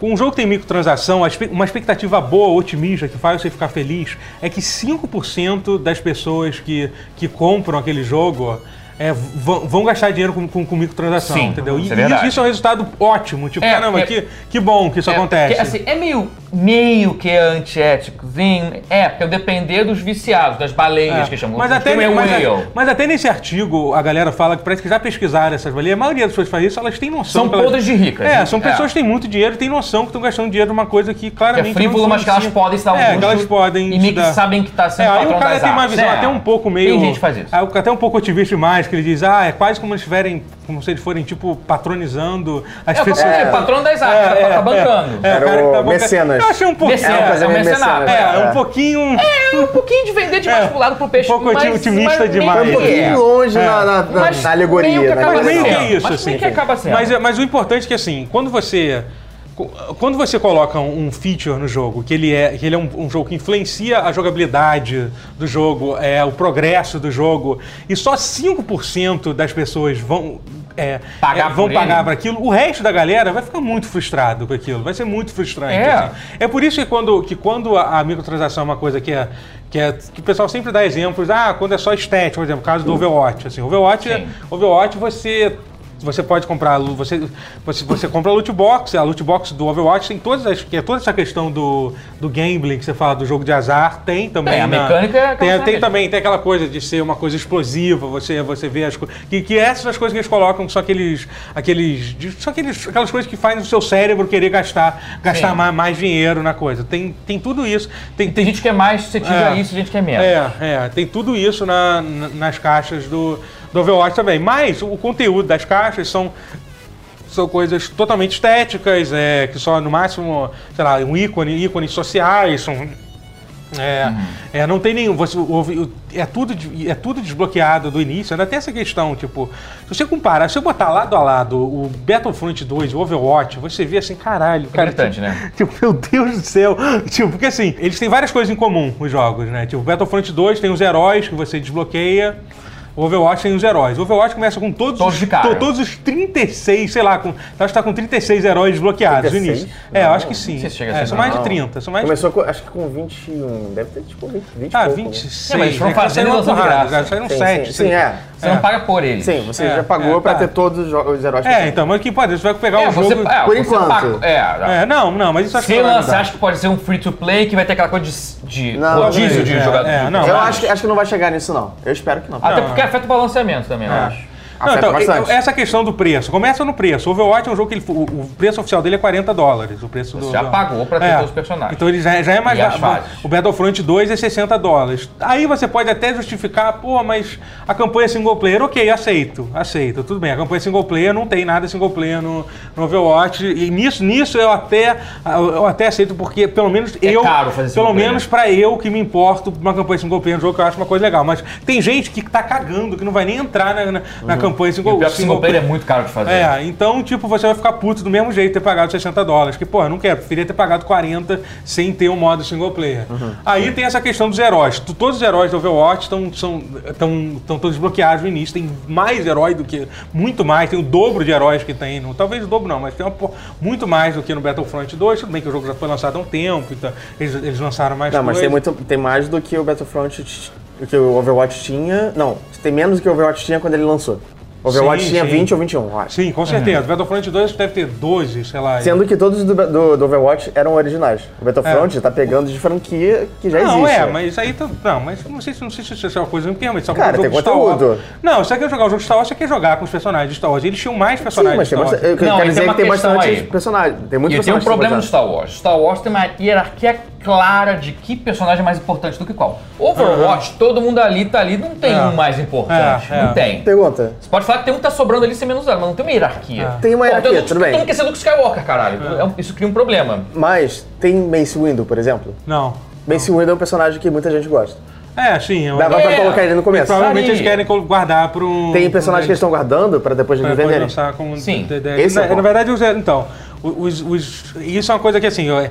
A: com um jogo que tem microtransação, a expe- uma expectativa boa, otimista, que faz você ficar feliz, é que 5% das pessoas que, que compram aquele jogo. é, vão, vão gastar dinheiro com, com, com microtransação,
B: Sim,
A: entendeu? E
B: isso é
A: e isso,
B: verdade.
A: é um resultado ótimo. Tipo,
B: É,
A: caramba,
B: é-
A: que, que bom que isso
B: É,
A: acontece.
B: porque, assim, é meio, meio que é antiéticozinho. É, porque eu depender dos viciados, das baleias
A: É.
B: que chamam.
A: Mas
B: O
A: até,
B: filme é um
A: mas,
B: whale.
A: mas até nesse artigo, a galera fala que parece que já pesquisaram essas baleias. A maioria das pessoas que faz isso, elas têm noção.
B: São
A: que elas-
B: podres de ricas,
A: É,
B: né?
A: são
B: É.
A: pessoas que têm muito dinheiro e têm noção que estão gastando dinheiro numa coisa que
B: Que
A: claramente.
B: é frívolo,
A: não
B: mas que elas
A: influencia.
B: podem se dar o
A: É,
B: luxo
A: que elas podem.
B: E meio
A: se dar.
B: que sabem que tá
A: É,
B: sendo
A: aí o
B: patrão
A: cara
B: das
A: tem uma
B: artes.
A: visão
B: É.
A: até um pouco meio.
B: Tem gente que faz isso.
A: Ah, Até um pouco otivista demais, que ele diz, ah, é quase como eles forem, como se eles forem, tipo, patronizando as
B: É,
A: pessoas.
B: é, patrão das artes, tá, tá bancando.
A: É,
C: Era
A: o cara
C: o
A: que tá bancando.
C: Mecenas.
A: Eu achei um pouquinho.
B: Mecenas,
C: coisa
B: é um
C: meio
B: mercenário.
A: É,
C: mercenário,
A: é, um pouquinho.
B: É, um pouquinho de vender de mais pro lado pro peixe.
A: Um pouco
B: mas-
A: otimista
B: mas meio
A: demais.
B: que
C: Um
A: É.
C: pouquinho longe na, na- na-
B: Mas
C: na
B: meio
C: alegoria. né?
B: que acaba
A: Mas
C: na
A: meio que
B: sendo.
A: é isso,
B: Mas
A: assim.
B: meio que acaba sendo.
A: Mas, é- mas o importante é que, assim, quando você... Quando você coloca um um feature no jogo, que ele é, que ele é um, um jogo que influencia a jogabilidade do jogo, é, o progresso do jogo, e só 5% das pessoas vão, é,
B: Pagar
A: é, vão
B: por
A: pagar
B: ele?
A: para aquilo, o resto da galera vai ficar muito frustrado com aquilo, vai ser muito frustrante.
B: É.
A: assim. É por isso que quando, que quando a, a microtransação é uma coisa que é, que é- que o pessoal sempre dá exemplos, ah, quando é só estética, por exemplo, caso do Overwatch. Assim, Overwatch,
B: Sim.
A: Overwatch você. Você pode comprar, lu- você, você, você compra a loot box, a loot box do Overwatch tem todas as, que é toda essa questão do, do gambling que você fala, do jogo de azar, tem também.
B: Tem, a
A: na-
B: mecânica é aquela
A: tem, tem
B: mesma.
A: também, tem aquela coisa de ser uma coisa explosiva, você, você vê as coisas, que, que essas são as coisas que eles colocam, que são aqueles, aqueles, de- são aqueles, aquelas coisas que fazem o seu cérebro querer gastar, gastar
B: Sim.
A: ma- mais, dinheiro na coisa. Tem, tem tudo isso, tem,
B: Tem gente que é mais suscetível
A: É.
B: a isso, gente que é menos.
A: é, é, tem tudo isso na- na- nas caixas do, do Overwatch também. Mas o conteúdo das caixas são, são coisas totalmente estéticas, é, que só no máximo, sei lá, um ícone, ícones sociais, são. É,
B: Uhum.
A: é, não tem nenhum. Você, ouve- o- é, tudo, de- é tudo desbloqueado do início. Ainda tem essa questão, tipo, se você comparar, se eu botar lado a lado o Battlefront 2 e o Overwatch, você vê assim, caralho,
B: É
A: cara.
B: Importante,
A: tipo,
B: né?
A: Tipo, meu Deus do céu. Tipo, porque assim, eles têm várias coisas em comum, os jogos, né? Tipo, Battlefront 2 tem os heróis que você desbloqueia. O Overwatch tem os heróis. O Overwatch começa com todos,
B: Todos
A: os,
B: de cara.
A: to- todos os 36, sei lá, com, acho que tá com 36 heróis desbloqueados no
C: 36?
A: início. É, eu acho que
B: Não
A: sim.
B: sei se chega a
A: É,
B: ser
A: são mais de
C: Não.
A: 30, são mais de
C: Começou, com, acho que com 21. Deve ter tipo 20, 20 e
A: Ah,
C: pouco, né?
A: 26.
B: É, mas eles foram
A: né? Já
B: fazendo
A: saíram
B: e lançando de
A: porrada,
B: graça.
A: Já um saíram
C: Sim,
A: 7.
C: sim, sim, é.
B: Você não paga por ele.
C: Sim, você
A: É,
C: já pagou
A: é,
C: pra
A: tá.
C: ter todos os, jo- os heróis. que
A: É,
C: você
A: então, mas o que pode, você vai pegar
B: É,
A: o
B: você,
A: jogo...
B: é,
C: Por
B: você
C: enquanto.
B: paga- é,
A: É, não, não, mas isso acho que
B: Se
A: não vai
B: lançar,
A: mudar.
B: acho que pode ser um free-to-play que vai ter aquela coisa de, de
C: Não,
B: rodízio
C: não
B: de
A: é,
B: jogador.
A: é, não,
B: de
C: tem. Eu
B: jogadores.
C: acho que, acho que não vai chegar nisso, não. Eu espero que não.
B: Até
A: não. É.
B: porque afeta o balanceamento também, eu acho.
A: Não,
C: Afeta
A: então,
C: bastante.
A: e- essa questão do preço. Começa no preço. O Overwatch é um jogo que ele- o, o preço oficial dele é 40 dólares. O preço do,
B: já
A: do-
B: pagou pra ter todos os personagens.
A: Então ele já, já é mais
B: E as
A: ba-
B: fases.
A: O Battlefront 2 é 60 dólares. Aí você pode até justificar, pô, mas a campanha single player, ok, aceito, aceito, tudo bem. A campanha single player não tem nada single player no, no Overwatch. E nisso, nisso eu até eu até aceito, porque pelo menos
B: É
A: eu.
B: caro fazer single
A: pelo
B: player. né?
A: menos pra eu que me importo uma campanha single player no jogo, que eu acho uma coisa legal. Mas tem gente que tá cagando, que não vai nem entrar na, na, na campanha
B: E
A: single,
B: o pior é que o
A: single
B: single player é muito caro de fazer.
A: é, então, tipo, você vai ficar puto do mesmo jeito ter pagado 60 dólares. Que, pô, eu não quero, preferia ter pagado 40 sem ter um modo single player.
C: Uhum.
A: Aí tem essa questão dos heróis. Tu- Todos os heróis do Overwatch estão são, tão, tão todos bloqueados no início. Tem mais herói do que. Muito mais, tem o dobro de heróis que tem. No, talvez o dobro não, mas tem uma por- muito mais do que no Battlefront 2. Tudo bem que o jogo já foi lançado há um tempo, então eles, eles lançaram mais
C: Não, mas tem,
A: coisas.
C: muito, tem mais do que o Battlefront, t- do que o Overwatch tinha. Não, tem menos do que o Overwatch tinha quando ele lançou. O Overwatch
A: Sim,
C: tinha
A: sim.
C: 20 ou 21, eu acho.
A: Sim, com certeza. O Battlefront 2 deve ter 12, sei lá.
C: É. Sendo que todos do, do, do Overwatch eram originais. O Battlefront tá pegando de franquia que já
A: não,
C: existe.
A: é, mas aí tá. Não, mas não sei se, não sei se isso é uma coisa em termos. Só que
C: Cara,
A: o jogo de
C: tem
A: Star Wars-
C: conteúdo.
A: Não, se você quer jogar o jogo de Star Wars, você quer jogar com os personagens de Star Wars. Eles tinham mais
C: Sim,
A: personagens
C: mas
A: de
C: tem
A: Star Wars.
C: bastante. Eu
B: Não,
C: quero
B: e
C: dizer
B: tem
C: que
B: uma
C: tem
B: questão
C: bastante
B: aí.
C: personagem. Tem muito
B: E tem um
C: personagem. tá
B: problema no
C: simultâneo.
B: Star Wars. Star Wars tem uma hierarquia clara de que personagem é mais importante do que qual. Overwatch, todo mundo ali tá ali, não tem
A: É.
B: um mais importante.
A: É, é.
B: Não tem.
C: Pergunta.
B: Você pode falar que tem um que tá sobrando ali sem menos zero, mas não tem uma hierarquia.
A: É.
C: Tem uma
B: Pô,
C: hierarquia,
B: Luke-
C: tudo bem.
B: Todo mundo quer ser Luke Skywalker, caralho. É um- Isso cria um problema.
C: Mas tem Mace Windu, por exemplo.
A: Não.
C: Mace Windu é um personagem que muita gente gosta.
A: É, sim. eu-
C: Dava pra
B: É.
C: colocar ele no
A: E
C: começo.
A: provavelmente
B: Faria.
A: eles querem col- guardar para um.
C: Tem personagens que eles estão guardando pra depois eles
A: pra depois
C: venderem.
A: lançar como
B: Sim.
A: de- de-
C: Esse é
A: na,
C: o ponto.
A: na verdade, os, então, os, os- isso é uma coisa que assim, ó,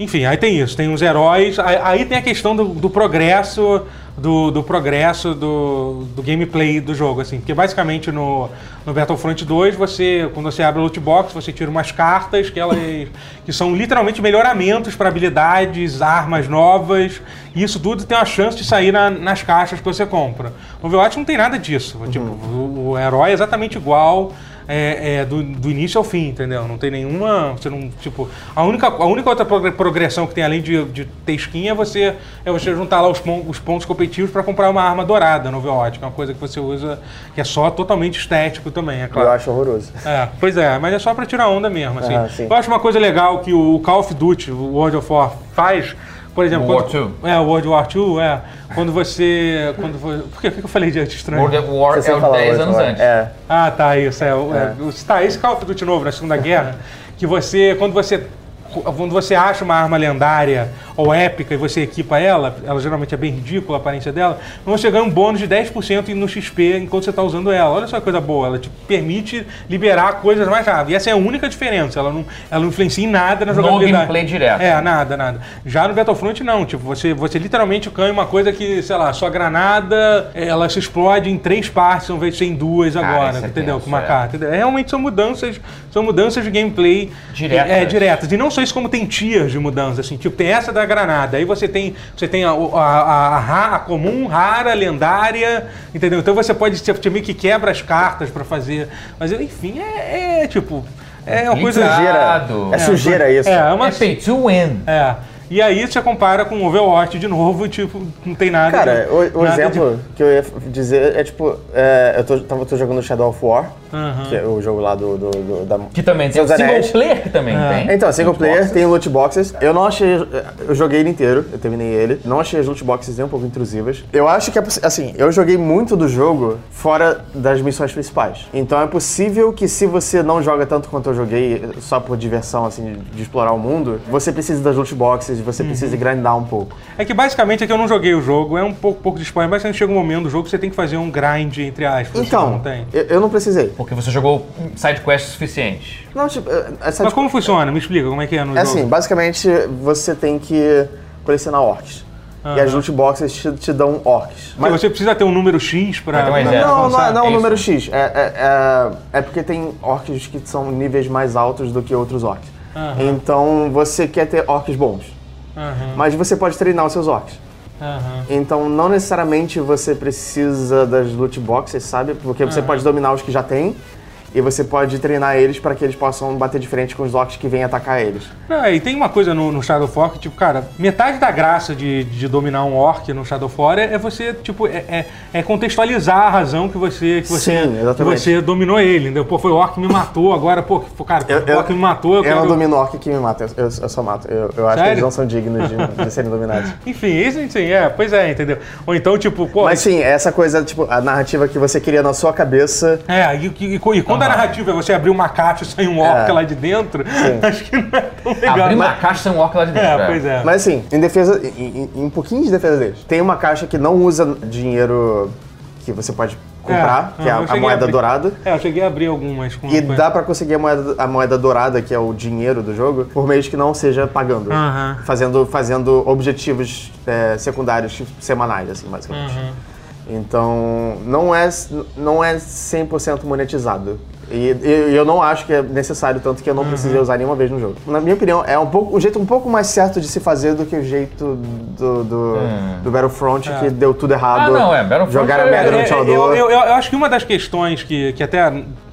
A: enfim, aí tem isso, tem os heróis, aí, aí tem a questão do, do progresso, do, do progresso do, do gameplay do jogo, assim, porque basicamente no, no Battlefront 2 você, quando você abre o loot box, você tira umas cartas que elas que são literalmente melhoramentos para habilidades, armas novas, e isso tudo tem uma chance de sair na- nas caixas que você compra. No Overwatch não tem nada disso, tipo,
C: Uhum.
A: o, o herói é exatamente igual é, é, do, do início ao fim, entendeu? Não tem nenhuma. Você não. Tipo, a única, a única outra progre- progressão que tem além de, de ter skin é você, é você juntar lá os, pon- os pontos competitivos para comprar uma arma dourada no Overwatch, que é uma coisa que você usa que é só totalmente estético também, é claro.
C: Eu acho horroroso.
A: É, pois é, mas é só pra tirar onda mesmo, assim.
C: Ah, sim.
A: Eu acho uma coisa legal que o Call of Duty, o World of War, faz, por exemplo...
B: World
A: quando-
B: War
A: É, o World War II, é. Quando você... Quando vo- Por que, por que eu falei de antes estranho?
B: World at War
C: Você
B: é
C: sempre
B: o
C: fala
B: 10
C: hoje,
B: anos
C: né?
B: antes.
C: É.
A: Ah, tá, isso. É, o- é, o- tá, esse Call of Duty novo na Segunda Guerra, que você, quando você quando você acha uma arma lendária ou épica e você equipa ela, ela geralmente é bem ridícula a aparência dela, mas você ganha um bônus de 10% no XP enquanto você está usando ela. Olha só que coisa boa, ela te permite liberar coisas mais rápido. E essa é a única diferença, ela não, ela não influencia em nada na
B: No
A: jogabilidade.
B: gameplay direto.
A: É, nada, nada. Já no Battlefront, não. Tipo, você, você literalmente ganha uma coisa que, sei lá, sua granada, ela se explode em três partes, ao invés de ser em duas
B: Cara,
A: agora,
B: isso é
A: entendeu?
B: tenso,
A: Com uma
B: é.
A: carta. entendeu? Realmente são mudanças, são mudanças de gameplay
B: Diretas.
A: É, diretas. E não só isso, como tem tiers de mudança, assim, tipo, tem essa da granada, aí você tem, você tem a, a, a- a ra- a comum, rara, lendária, entendeu? Então você pode, você meio que quebra as cartas pra fazer, mas enfim, é, é, tipo, é uma coisa...
B: Complicado.
C: Sujeira.
B: Errado.
C: É sujeira isso.
A: É, uma
B: É pay to win.
A: é. E aí você compara com o Overwatch de novo, tipo, não tem nada.
C: Cara,
A: de-
C: o, o
A: é, nada
C: exemplo que eu ia dizer é tipo, é, eu tô, tava, tô jogando Shadow of War,
A: Aham.
C: que é o jogo lá do. do, do da...
B: Que também tem o
C: Seus
B: single
C: anéis.
B: player que também
A: Ah.
B: tem.
C: Então, single
B: Loot
C: player,
B: boxes.
C: tem loot boxes. Eu não achei. Eu joguei ele inteiro, eu terminei ele. Não achei as loot boxes nem um pouco intrusivas. Eu acho que é possi- Assim, eu joguei muito do jogo fora das missões principais. Então é possível que se você não joga tanto quanto eu joguei, só por diversão, assim, de, de explorar o mundo, você precisa das loot boxes, você
A: Uhum.
C: precisa grindar um pouco.
A: É que basicamente é que eu não joguei o jogo, é um pouco, pouco de spoiler, mas quando chega um momento do jogo que você tem que fazer um grind, entre aspas. assim,
C: Então,
A: Não tem.
C: eu, eu não precisei.
B: Porque você jogou side quest o suficiente.
C: Não, tipo, essa
A: Mas como funciona? Me explica como é que é no
C: É
A: jogo.
C: assim, basicamente você tem que colecionar orcs. E as loot boxes te, te dão orcs.
A: Mas você precisa ter um número X pra.
B: Mas
A: pra
B: é,
C: não, não, é-
A: avançar?
C: não é
B: é
C: o número
B: isso.
C: X. É, é- é- é porque tem orcs que são níveis mais altos do que outros orcs.
A: Aham.
C: Então você quer ter orcs bons.
A: Aham,
C: Mas você pode treinar os seus orcs.
A: aham.
C: Então não necessariamente você precisa das loot boxes, sabe? Porque você pode dominar os que já tem. E você pode treinar eles para que eles possam bater de frente com os orcs que vêm atacar eles.
A: Não, e tem uma coisa no, no Shadow of War que, tipo, cara, metade da graça de, de dominar um orc no Shadow of War é, é você, tipo, é, é- é contextualizar a razão que você, que você,
C: Sim,
A: que
C: exatamente.
A: você dominou ele, entendeu? Pô, foi o orc que me matou, agora, pô, que- cara,
C: Eu-
A: o orc me matou, eu,
C: Eu
A: quero...
C: não domino orc que me mata, eu, eu, eu só mato. Eu, eu acho que eles
A: Sério?
C: não são dignos de, de serem dominados.
A: Enfim, isso, enfim, é, pois é, entendeu? Ou então, tipo, pô...
C: Mas sim, essa coisa, tipo, a narrativa que você queria na sua cabeça.
A: É, e, e- e quando a narrativa é você abrir uma caixa e sair um orc
C: É.
A: lá de dentro, acho que não é tão legal.
B: Abrir uma
A: Mas-
B: caixa sem um orc lá de dentro.
A: É, pois é.
C: Mas assim, em defesa. Em, em- em um pouquinho de defesa deles. Tem uma caixa que não usa dinheiro que você pode comprar,
A: É,
C: que é
A: eu
C: a, a
A: cheguei a
C: moeda
A: abrir.
C: dourada.
A: É, eu cheguei a abrir algumas com...
C: E
A: com-
C: dá pra conseguir a moeda, a moeda dourada, que é o dinheiro do jogo, por meios que não seja pagando.
A: Aham.
C: Fazendo, fazendo objetivos é, secundários semanais, assim, basicamente. Então, não é, não é 100% monetizado. E, e eu não acho que é necessário, tanto que eu não precisei usar nenhuma vez no jogo. Na minha opinião, é um, pouco, um jeito um pouco mais certo de se fazer do que o jeito do, do, do Battlefront, que deu tudo errado.
B: Hum. Ah, não, é, Battlefront
C: Jogaram
B: é-
C: merda
A: É,
C: no
A: é,
C: ventilador.
A: eu, eu- eu acho que uma das questões que, que até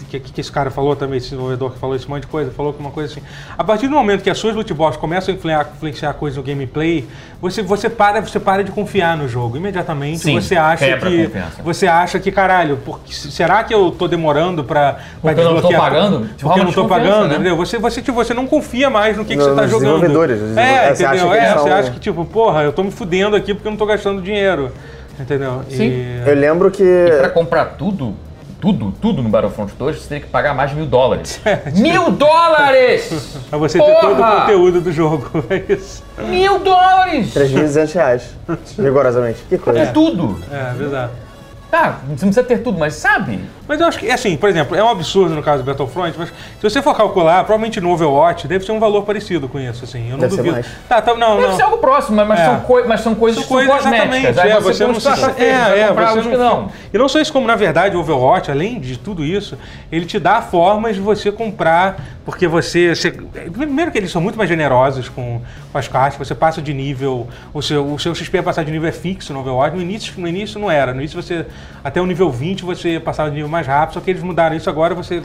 A: que, que esse cara falou também, esse desenvolvedor que falou esse monte de coisa, falou que uma coisa assim. A partir do momento que as suas loot boxes começam a influenciar, influenciar coisas no gameplay, você, você, para, você para de confiar no jogo. Imediatamente
B: Sim,
A: você acha
B: quebra a
A: que.
B: confiança.
A: Você acha que, caralho, porque, será que eu tô demorando pra, pra
B: Porque eu não tô
A: desbloquear-
B: pagando? Rola
A: Porque eu não tô
B: desconfiança,
A: pagando,
B: né?
A: entendeu? Você, você, tipo, você não confia mais no que, que
C: No-
A: você tá
C: nos
A: jogando.
C: desenvolvedores, os
A: É,
C: desenvolvedores. Você acha
A: entendeu?
C: que eles
A: É,
C: são- né?
A: você acha que, tipo, porra, eu tô me fudendo aqui porque eu não tô gastando dinheiro. Entendeu?
B: Sim.
A: E-
C: Eu lembro que.
A: é.
B: Pra comprar tudo, tudo, tudo no Battlefront 2, você teria que pagar mais de mil dólares. mil dólares!
A: É, tipo- Pra você ter todo o
B: Porra!
A: conteúdo do jogo. É isso.
B: Mil dólares!
C: 3.200 reais, rigorosamente. Que coisa.
B: É tudo.
A: É, bizarro.
B: Tá, você não precisa ter tudo, mas sabe?
A: Mas eu acho que, assim, por exemplo, é um absurdo no caso do Battlefront, mas se você for calcular, provavelmente no Overwatch deve ser um valor parecido com isso, assim. Eu não
C: Deve ser
A: duvido.
C: mais.
A: Tá, tá, não,
B: Deve
A: não.
B: ser algo próximo, mas, mas
A: É.
B: são, coi- mas são coisas
A: São coisas
B: que são cosméticas.
A: exatamente.
B: Aí
A: é,
B: você,
A: você não
B: compra os
A: se...
B: prazeres,
A: É,
B: vai
A: é,
B: comprar
A: você
B: os que não.
A: E não só isso, como na verdade o Overwatch, além de tudo isso, ele te dá formas de você comprar, porque você. você- Primeiro que eles são muito mais generosos com, com as cartas, você passa de nível, o seu, o seu XP a passar de nível é fixo no Overwatch. No início, no início não era. No início você. Até o nível 20 você passava de nível mais rápido, só que eles mudaram isso agora, você.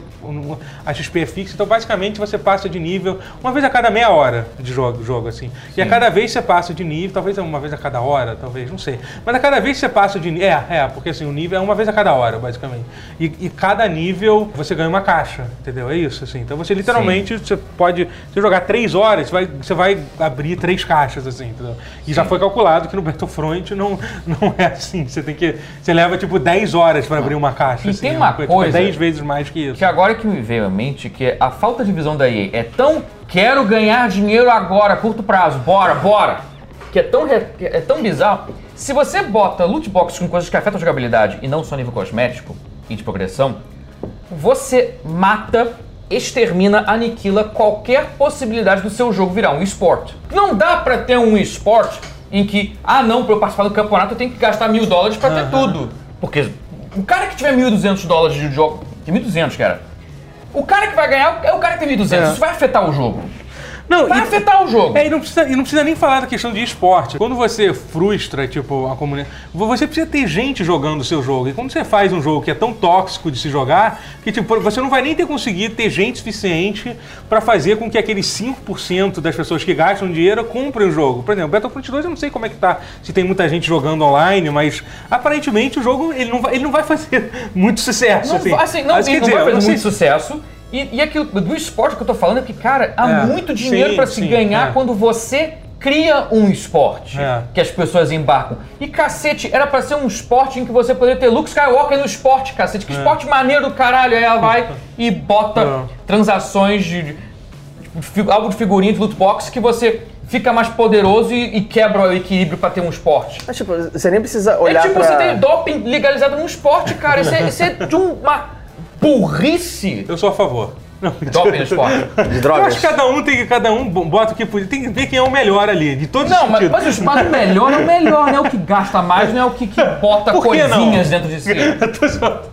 A: A XP é fixa, então basicamente você passa de nível uma vez a cada meia hora de jogo, jogo assim. E a cada vez você passa de nível, talvez uma vez a cada hora, talvez, não sei. Mas a cada vez que você passa de nível. É, é, porque assim, o nível é uma vez a cada hora, basicamente. E, e cada nível você ganha uma caixa, entendeu? É isso, assim. Então você literalmente você pode. Se você jogar três horas, você vai, você vai abrir três caixas, assim, entendeu? E já foi calculado que no Battlefront não, não é assim. Você tem que. Você leva tipo 10 horas para abrir uma caixa.
B: Ah. E
A: assim,
B: tem uma
A: tipo,
B: coisa-
A: 10 vezes mais que isso.
B: Que agora é que me veio à mente que a falta de visão da EA é tão quero ganhar dinheiro agora, curto prazo, bora, bora, que é tão, re- é tão bizarro. Se você bota loot box com coisas que afetam a jogabilidade e não só nível cosmético e de progressão, você mata, extermina, aniquila qualquer possibilidade do seu jogo virar um esporte. Não dá pra ter um esporte em que, ah não, pra eu participar do campeonato eu tenho que gastar mil dólares pra ter tudo. Porque o cara que tiver 1.200 dólares de jogo... que 1.200, cara. O cara que vai ganhar é o cara que tem 1.200.
A: É.
B: Isso vai afetar o jogo.
A: Não,
B: Vai
A: e-
B: afetar o jogo.
A: É, e não, precisa, e não precisa nem falar da questão de esporte. Quando você frustra, tipo, a comunidade. vo- Você precisa ter gente jogando o seu jogo. E quando você faz um jogo que é tão tóxico de se jogar, que tipo, você não vai nem ter conseguido ter gente suficiente pra fazer com que aqueles 5% das pessoas que gastam dinheiro comprem o jogo. Por exemplo, Battlefront 2, eu não sei como é que tá, se tem muita gente jogando online, mas aparentemente o jogo ele não vai, ele não vai fazer muito sucesso.
B: Não,
A: assim.
B: vai- assim, não,
A: Mas,
B: e
A: quer
B: não
A: dizer,
B: vai
A: eu não
B: fazer
A: sei
B: muito sucesso. E, e aquilo do esporte que eu tô falando é que, cara, há
A: É,
B: muito dinheiro
A: sim,
B: pra se
A: sim,
B: ganhar
A: é.
B: quando você cria um esporte
A: É.
B: que as pessoas embarcam. E cacete, era pra ser um esporte em que você poderia ter Luke Skywalker no esporte, cacete. Que esporte maneiro do caralho. Aí ela vai e bota
A: É.
B: transações de, de- de fi- algo de figurinha de loot box que você fica mais poderoso e, e quebra o equilíbrio pra ter um esporte.
C: Mas, tipo, você nem precisa
B: É
C: olhar
B: tipo
C: pra...
B: você ter doping legalizado num esporte, cara. Isso é, isso é de uma burrice.
A: Eu sou a favor. Não,
B: Doping no esporte.
C: de
A: Eu
C: drogas.
A: acho que cada um tem que cada um bota o que puder. Tem que ver quem é o melhor ali, de todos
B: Não,
A: os
B: mas,
A: sentidos.
B: mas o esporte melhor é o melhor, não é o que gasta mais, não é o que, que bota
A: Por que não?
B: coisinhas dentro de si.
A: Eu tô só-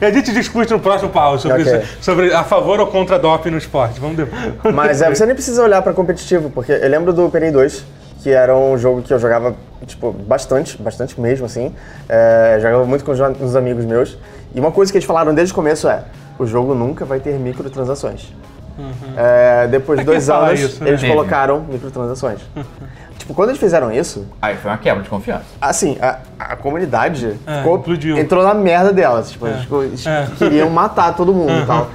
A: A gente discute no próximo pau sobre
C: Ok.
A: isso, sobre a favor ou contra doping no esporte. Vamos ver.
C: Mas é, você nem precisa olhar pra competitivo, porque eu lembro do Payday 2, que era um jogo que eu jogava, tipo, bastante, bastante mesmo, assim. É, jogava muito com os am- uns amigos meus. E uma coisa que eles falaram desde o começo é, o jogo nunca vai ter microtransações. É, depois
A: Uhum. Pra que
C: de dois
A: falar
C: anos,
A: isso, né? Uhum.
C: eles
B: Teve.
C: colocaram microtransações. tipo, quando eles fizeram isso,
B: Aí foi uma quebra de confiança.
C: assim, a, a comunidade
A: É,
C: ficou-
A: explodiu.
C: entrou na merda dela. Tipo, eles, co- eles
A: É.
C: queriam matar todo mundo e tal.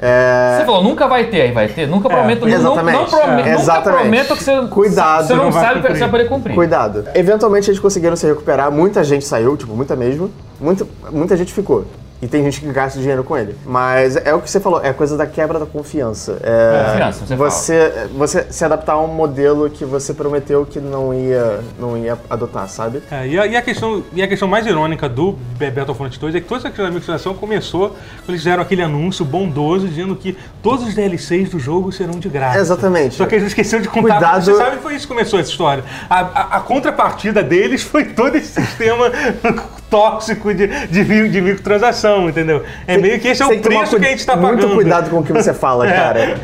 C: É,
B: Você falou, nunca vai ter, aí vai ter. Nunca prometo, não, não,
C: exatamente.
B: não prometo,
C: É,
B: nunca
C: exatamente.
B: prometo que você,
C: Cuidado,
B: você não,
A: não vai
B: sabe o que você
A: cumprir.
B: vai poder cumprir.
C: Cuidado. Eventualmente eles conseguiram se recuperar, muita gente saiu, tipo, muita mesmo. Muita, muita gente ficou. E tem gente que gasta dinheiro com ele. Mas é o que você falou, é a coisa da quebra da confiança. É,
B: Confiança, você
C: você, você se adaptar a um modelo que você prometeu que não ia, não ia adotar, sabe?
A: É, e, a, e a questão, e a questão mais irônica do Be- Battlefront 2 é que toda essa questão da microtransação começou quando eles fizeram aquele anúncio bondoso dizendo que todos os DLCs do jogo serão de graça.
C: Exatamente.
A: Só que eles esqueceram de contar.
C: Cuidado.
A: Você sabe que foi isso que começou essa história. A, a- a contrapartida deles foi todo esse sistema tóxico de, de, mi- de microtransação, entendeu? É meio que esse é
C: Tem
A: o
C: tomar
A: preço que a gente está
C: muito
A: pagando. É.
C: cuidado com o que você fala, cara.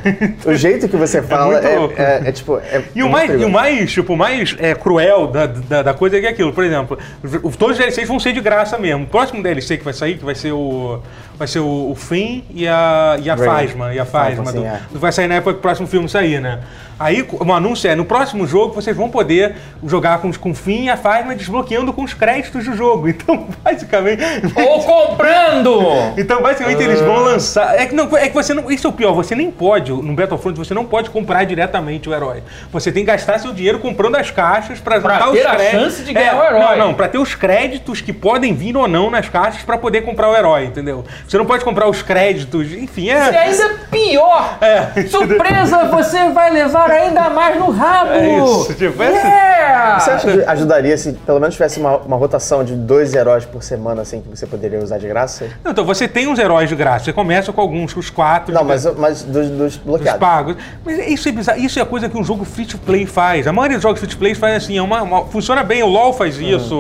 C: O jeito que você fala
A: muito
C: é,
A: louco.
C: é- é tipo. é-
A: E
C: é
A: o,
C: muito
A: mais, e o
C: perigoso.
A: mais, tipo, o mais é, cruel da, da, da coisa é que é aquilo. Por exemplo, os- todos os DLCs vão ser de graça mesmo. O próximo DLC que vai sair, que vai ser o. Vai ser o, o Finn e a, e a
C: Raven.
A: Fasma. E a Fasma.
C: Fasma,
A: do-
C: sim, é.
A: do- Vai sair na época que o próximo filme sair, né? Aí o um anúncio é, no próximo jogo vocês vão poder jogar com, os- com o Finn e a Fasma desbloqueando com os créditos do jogo. Então, Então, basicamente.
B: Ou comprando!
A: Então, basicamente, eles
B: Ah.
A: vão lançar. É que, não, é que você não. Isso é o pior, você nem pode, no Battlefront, você não pode comprar diretamente o herói. Você tem que gastar seu dinheiro comprando as caixas pra
B: Pra
A: juntar os
B: ter a
A: créditos. É,
B: chance de ganhar o herói.
A: Não, não, pra ter os créditos que podem vir ou não nas caixas pra poder comprar o herói, entendeu? Você não pode comprar os créditos, enfim,
B: E
A: é.
B: ainda pior!
A: É.
B: Surpresa, você vai levar ainda mais no rabo!
A: É isso, tipo, é assim.
B: Yeah!
C: Você acha que ajudaria se pelo menos tivesse uma, uma rotação de dois heróis por semana, assim, que você poderia usar de graça?
A: Não, Então, você tem uns heróis de graça. Você começa com alguns, os quatro.
C: Não,
A: de-
C: mas, mas dos, dos
A: Os
C: bloqueados.
A: pagos. Mas isso é bizarro. Isso é a coisa que um jogo free to play faz. A maioria dos jogos free to play faz assim. É uma, uma- funciona bem. O LoL faz isso.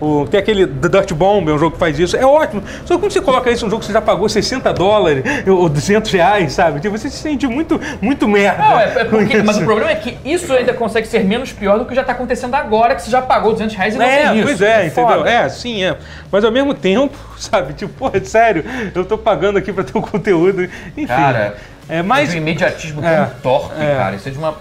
A: O, o- tem aquele The Dirt Bomb, é um jogo que faz isso. É ótimo. Só que quando você coloca isso num jogo que você já pagou 60 dólares ou 200 reais, sabe? Tipo, você se sente muito, muito merda.
B: Não, é- é
A: com
B: porque- mas
A: isso.
B: o problema é que isso ainda consegue ser menos pior do que já tá acontecendo agora, que você já pagou 200 reais e não
A: É,
B: fez isso.
A: pois é, entendeu?
B: Foda.
A: É, sim, é. Mas ao mesmo tempo, sabe? Tipo, pô, é sério, eu tô pagando aqui pra ter o conteúdo. Enfim.
B: Cara,
A: é, mas,
B: O imediatismo
A: É.
B: tão torpe,
A: É.
B: cara. Isso é de uma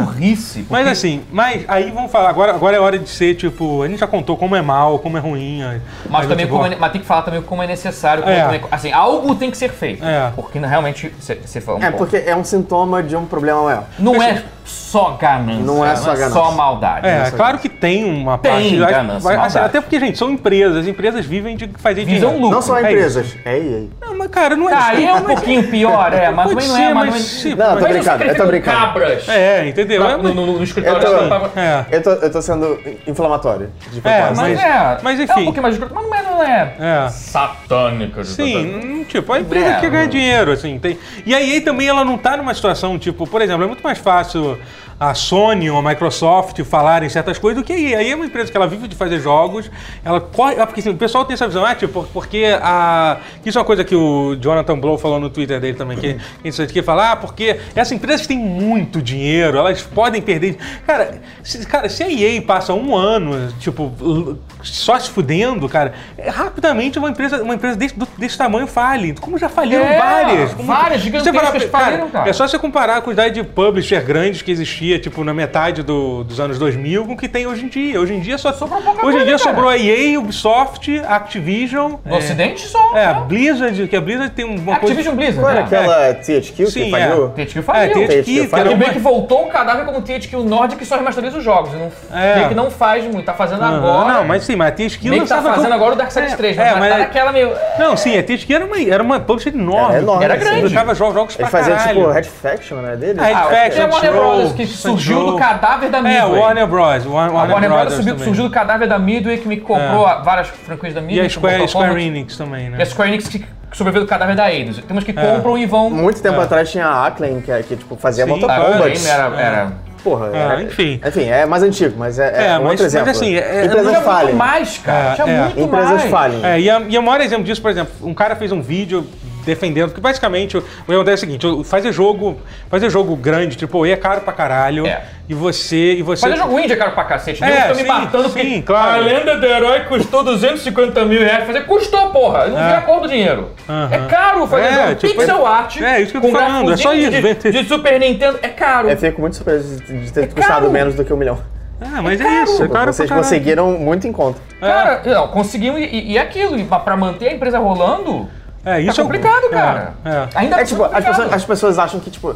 B: burrice.
A: Mas
B: porque-
A: assim, mas aí vamos falar, agora, agora é hora de ser, tipo, a gente já contou como é mal, como é ruim. a- tipo,
B: Mas,
A: a
B: também
A: Xbox.
B: como é- mas tem que falar também como é necessário. como-
A: tá É.
B: como é- assim, algo tem que ser feito.
A: É.
B: Porque não- realmente, você você falou um
C: É,
B: pouco.
C: porque é um sintoma de um problema maior.
B: Não é só ganância.
C: Não é só ganância.
B: só maldade.
A: É, claro que tem uma
B: né? Tem
A: parte. eu acho-
B: ganância,
A: vai-
B: maldade.
A: assim, até porque, gente, são empresas. As empresas vivem de fazer
B: Visam
A: dinheiro.
B: um lucro.
C: Não só
A: É
C: empresas, é EA.
A: Não, mas cara, não é
B: Tá, aí é um
A: mas-
B: pouquinho pior, é, mas
A: Pode
B: também não
A: ser,
B: é. Mas,
A: mas
B: mas,
A: se-
B: mas,
A: Não,
C: tô
B: não
C: brincando, eu tô
B: sacrificam
C: brincando.
B: Cabras.
A: É, entendeu?
B: Pra-
A: É,
B: No, no- no escritório
C: Eu tô-
B: assim, pra-
A: é.
C: Eu tô, eu tô sendo inflamatório, de propósito.
B: Mas,
A: mas-
B: é.
A: mas
B: É
A: enfim.
B: um pouquinho mais escroto, mas não é. Não é.
A: É.
B: Satânica.
A: Sim, hum, tipo, a empresa
B: É,
A: quer ganhar
B: não.
A: dinheiro, assim. Tem... E a EA também ela não tá numa situação, tipo, por exemplo, é muito mais fácil a Sony ou a Microsoft falarem certas coisas do que a EA. A EA é uma empresa que ela vive de fazer jogos, ela corre. ah, Porque assim, o pessoal tem essa visão, ah, tipo, porque a. que Isso é uma coisa que o Jonathan Blow falou no Twitter dele também, que isso aqui fala, ah, porque essas empresas têm muito dinheiro, elas podem perder. Cara, se, cara, se a EA passa um ano, tipo, l- só se fudendo, cara, é, rapidamente uma empresa, uma empresa desse, do- desse tamanho fale. Como já faliram
B: É,
A: várias. Como-
B: várias
A: se você
B: gigantescas
A: parar pra-
B: faliram, cara.
A: É só você comparar a quantidade de publisher grandes que existia, tipo, na metade do- dos anos 2000 com o que tem hoje em dia. Hoje em dia só...
B: Sobrou pouca
A: Hoje em
B: coisa,
A: dia
B: cara.
A: sobrou a EA, Ubisoft, Activision...
B: No
A: é,
B: Tá- ocidente só.
A: É, a
B: né?
A: Blizzard, que a Blizzard tem uma coisa...
B: Activision Blizzard.
C: Não era
B: né?
C: aquela THQ
A: é, Sim,
C: que falhou?
B: THQ
A: É,
B: faliu.
A: tem
C: Tem
A: que,
C: que
A: cara,
B: E
C: faliu.
A: uma-
B: meio que voltou o cadáver como THQ Nordic que só remasteriza os jogos. e Não,
A: É.
B: Meio que não faz muito, tá fazendo
A: Aham,
B: agora.
A: Não, mas sim, mas a THQ
B: Meio que tá
A: lançava
B: fazendo
A: tudo-
B: agora o Darksiders
A: É,
B: 3,
A: é,
B: mas, mas tá
A: mas-
B: naquela meio.
A: Não, sim, a THQ era uma, era uma publisher enorme.
C: Era enorme,
B: Era grande.
A: Ele Lançava jogos, jogos pra
C: Ele fazia
A: caralho.
C: tipo Red Faction, né? Dele?
A: Ah, Red
B: Ah,
A: Faction,
B: tem a Warner
A: Sancho,
B: Bros. que surgiu
A: Sancho.
B: do cadáver da Midway.
A: É, Warner Bros. Warner,
B: A Warner, Bros.
A: Brothers
B: subiu-
A: também.
B: surgiu do cadáver da Midway, que me comprou
A: É.
B: a- várias franquias da Midway.
A: E a
B: que
A: Square,
B: botou
A: Square
B: forma-
A: Enix também, né?
B: E a Square Enix que que sobreviveu do cadáver da Eidos. Tem
A: É.
B: umas que compram e vão...
C: Muito tempo atrás tinha a Acklen, que, que tipo, fazia
A: Sim.
B: Ah,
C: Mortal
B: eu
C: Kombat.
B: lembro, era...
A: É.
B: era...
C: Porra,
A: Ah,
C: era-
A: enfim.
C: Enfim, é mais antigo, mas é, é
A: É,
C: um
A: mas-
C: outro
A: mas
C: exemplo.
A: assim, é-
C: Empresas
B: Tinha muito
C: falhem.
B: mais,
A: É,
B: cara. Tinha
A: é.
B: muito
C: Empresas
B: mais.
C: falhem.
A: É, e, a, e o maior exemplo disso, por exemplo, um cara fez um vídeo defendendo que basicamente o o que acontece é o seguinte, o- fazer jogo, fazer jogo grande, tipo, é caro pra caralho.
B: É.
A: E você e você
B: Fazer jogo indie é caro pra cacete.
A: É,
B: É, tá me
A: sim,
B: matando
A: sim,
B: porque
A: claro.
B: a lenda do herói custou 250 mil reais. Fazer custou, porra. Não
A: É.
B: vira cor do dinheiro.
A: Aham.
B: É caro fazer
A: É,
B: jogo
A: tipo,
B: pixel
A: é-
B: art.
A: é, isso que eu tô
B: com
A: falando, é só
B: gráficozinho
A: isso.
B: De, de Super Nintendo. É caro.
C: Eu fico muito surpreso de ter
B: caro.
C: custado menos do que um milhão.
A: Ah, mas é,
B: é caro.
A: isso, é caro
C: Vocês
A: pra caralho.
C: conseguiram muito em conta.
B: Cara, não, conseguimos e- e, e aquilo. E pra, pra manter a empresa rolando,
A: É, isso
B: tá
A: é o-
B: complicado,
A: é,
B: cara.
A: é.
B: Ainda
C: É
B: tá
C: tipo, as
B: complicado.
C: pessoas, as pessoas acham que, tipo,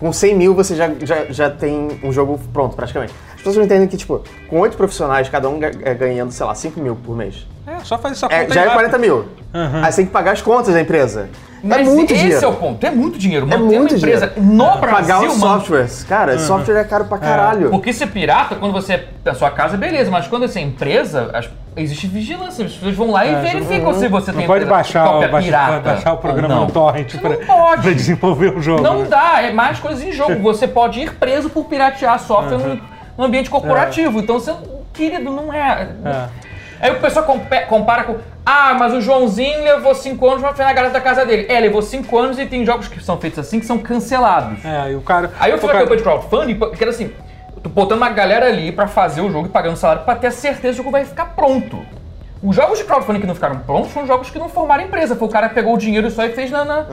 C: com 100 mil você já, já, já tem um jogo pronto, praticamente. As pessoas não entendem que, tipo, com oito profissionais, cada um ga- é ganhando, sei lá, 5 mil por mês.
A: É, só fazer essa
C: É,
A: conta
C: já
A: aí
C: é 40
A: rápido.
C: mil. Aí você tem que pagar as contas da empresa.
B: Mas
C: é muito
B: esse
C: dinheiro.
B: é o ponto. É muito dinheiro.
C: É
B: Manter
C: muito
B: uma empresa
C: dinheiro. É.
B: no
C: Pagar
B: Brasil,
C: os
B: mano.
C: softwares. Cara, software é caro pra caralho.
B: Porque ser pirata, quando você é da sua casa, beleza, mas quando você é empresa, as- existe vigilância. As pessoas vão lá e verificam se você
A: É, Não
B: tem
A: pode
B: empresa
A: baixar,
B: cópia
A: o- baixar,
B: né? pirata
A: baixar o programa
B: ou
A: no torrent
B: Você
A: pra,
B: não pode.
A: pra desenvolver o jogo.
B: Não
A: né?
B: dá, é mais coisas em jogo. Você pode ir preso por piratear software num, num ambiente corporativo. Então você, querido, não é.
A: É.
B: Aí o pessoal compa- compara com. Ah, mas o Joãozinho levou 5 anos pra fechar a garagem da casa dele. É, levou 5 anos e tem jogos que são feitos assim que são cancelados.
A: É, e o cara.
B: Aí eu
A: o
B: fui na
A: cara-
B: campanha de crowdfunding, porque era assim, tô botando uma galera ali pra fazer o jogo e pagando salário pra ter a certeza que o jogo vai ficar pronto.
A: Uhum.
B: Os jogos de crowdfunding que não ficaram prontos foram jogos que não formaram empresa. Foi o cara que pegou o dinheiro só e fez na. na-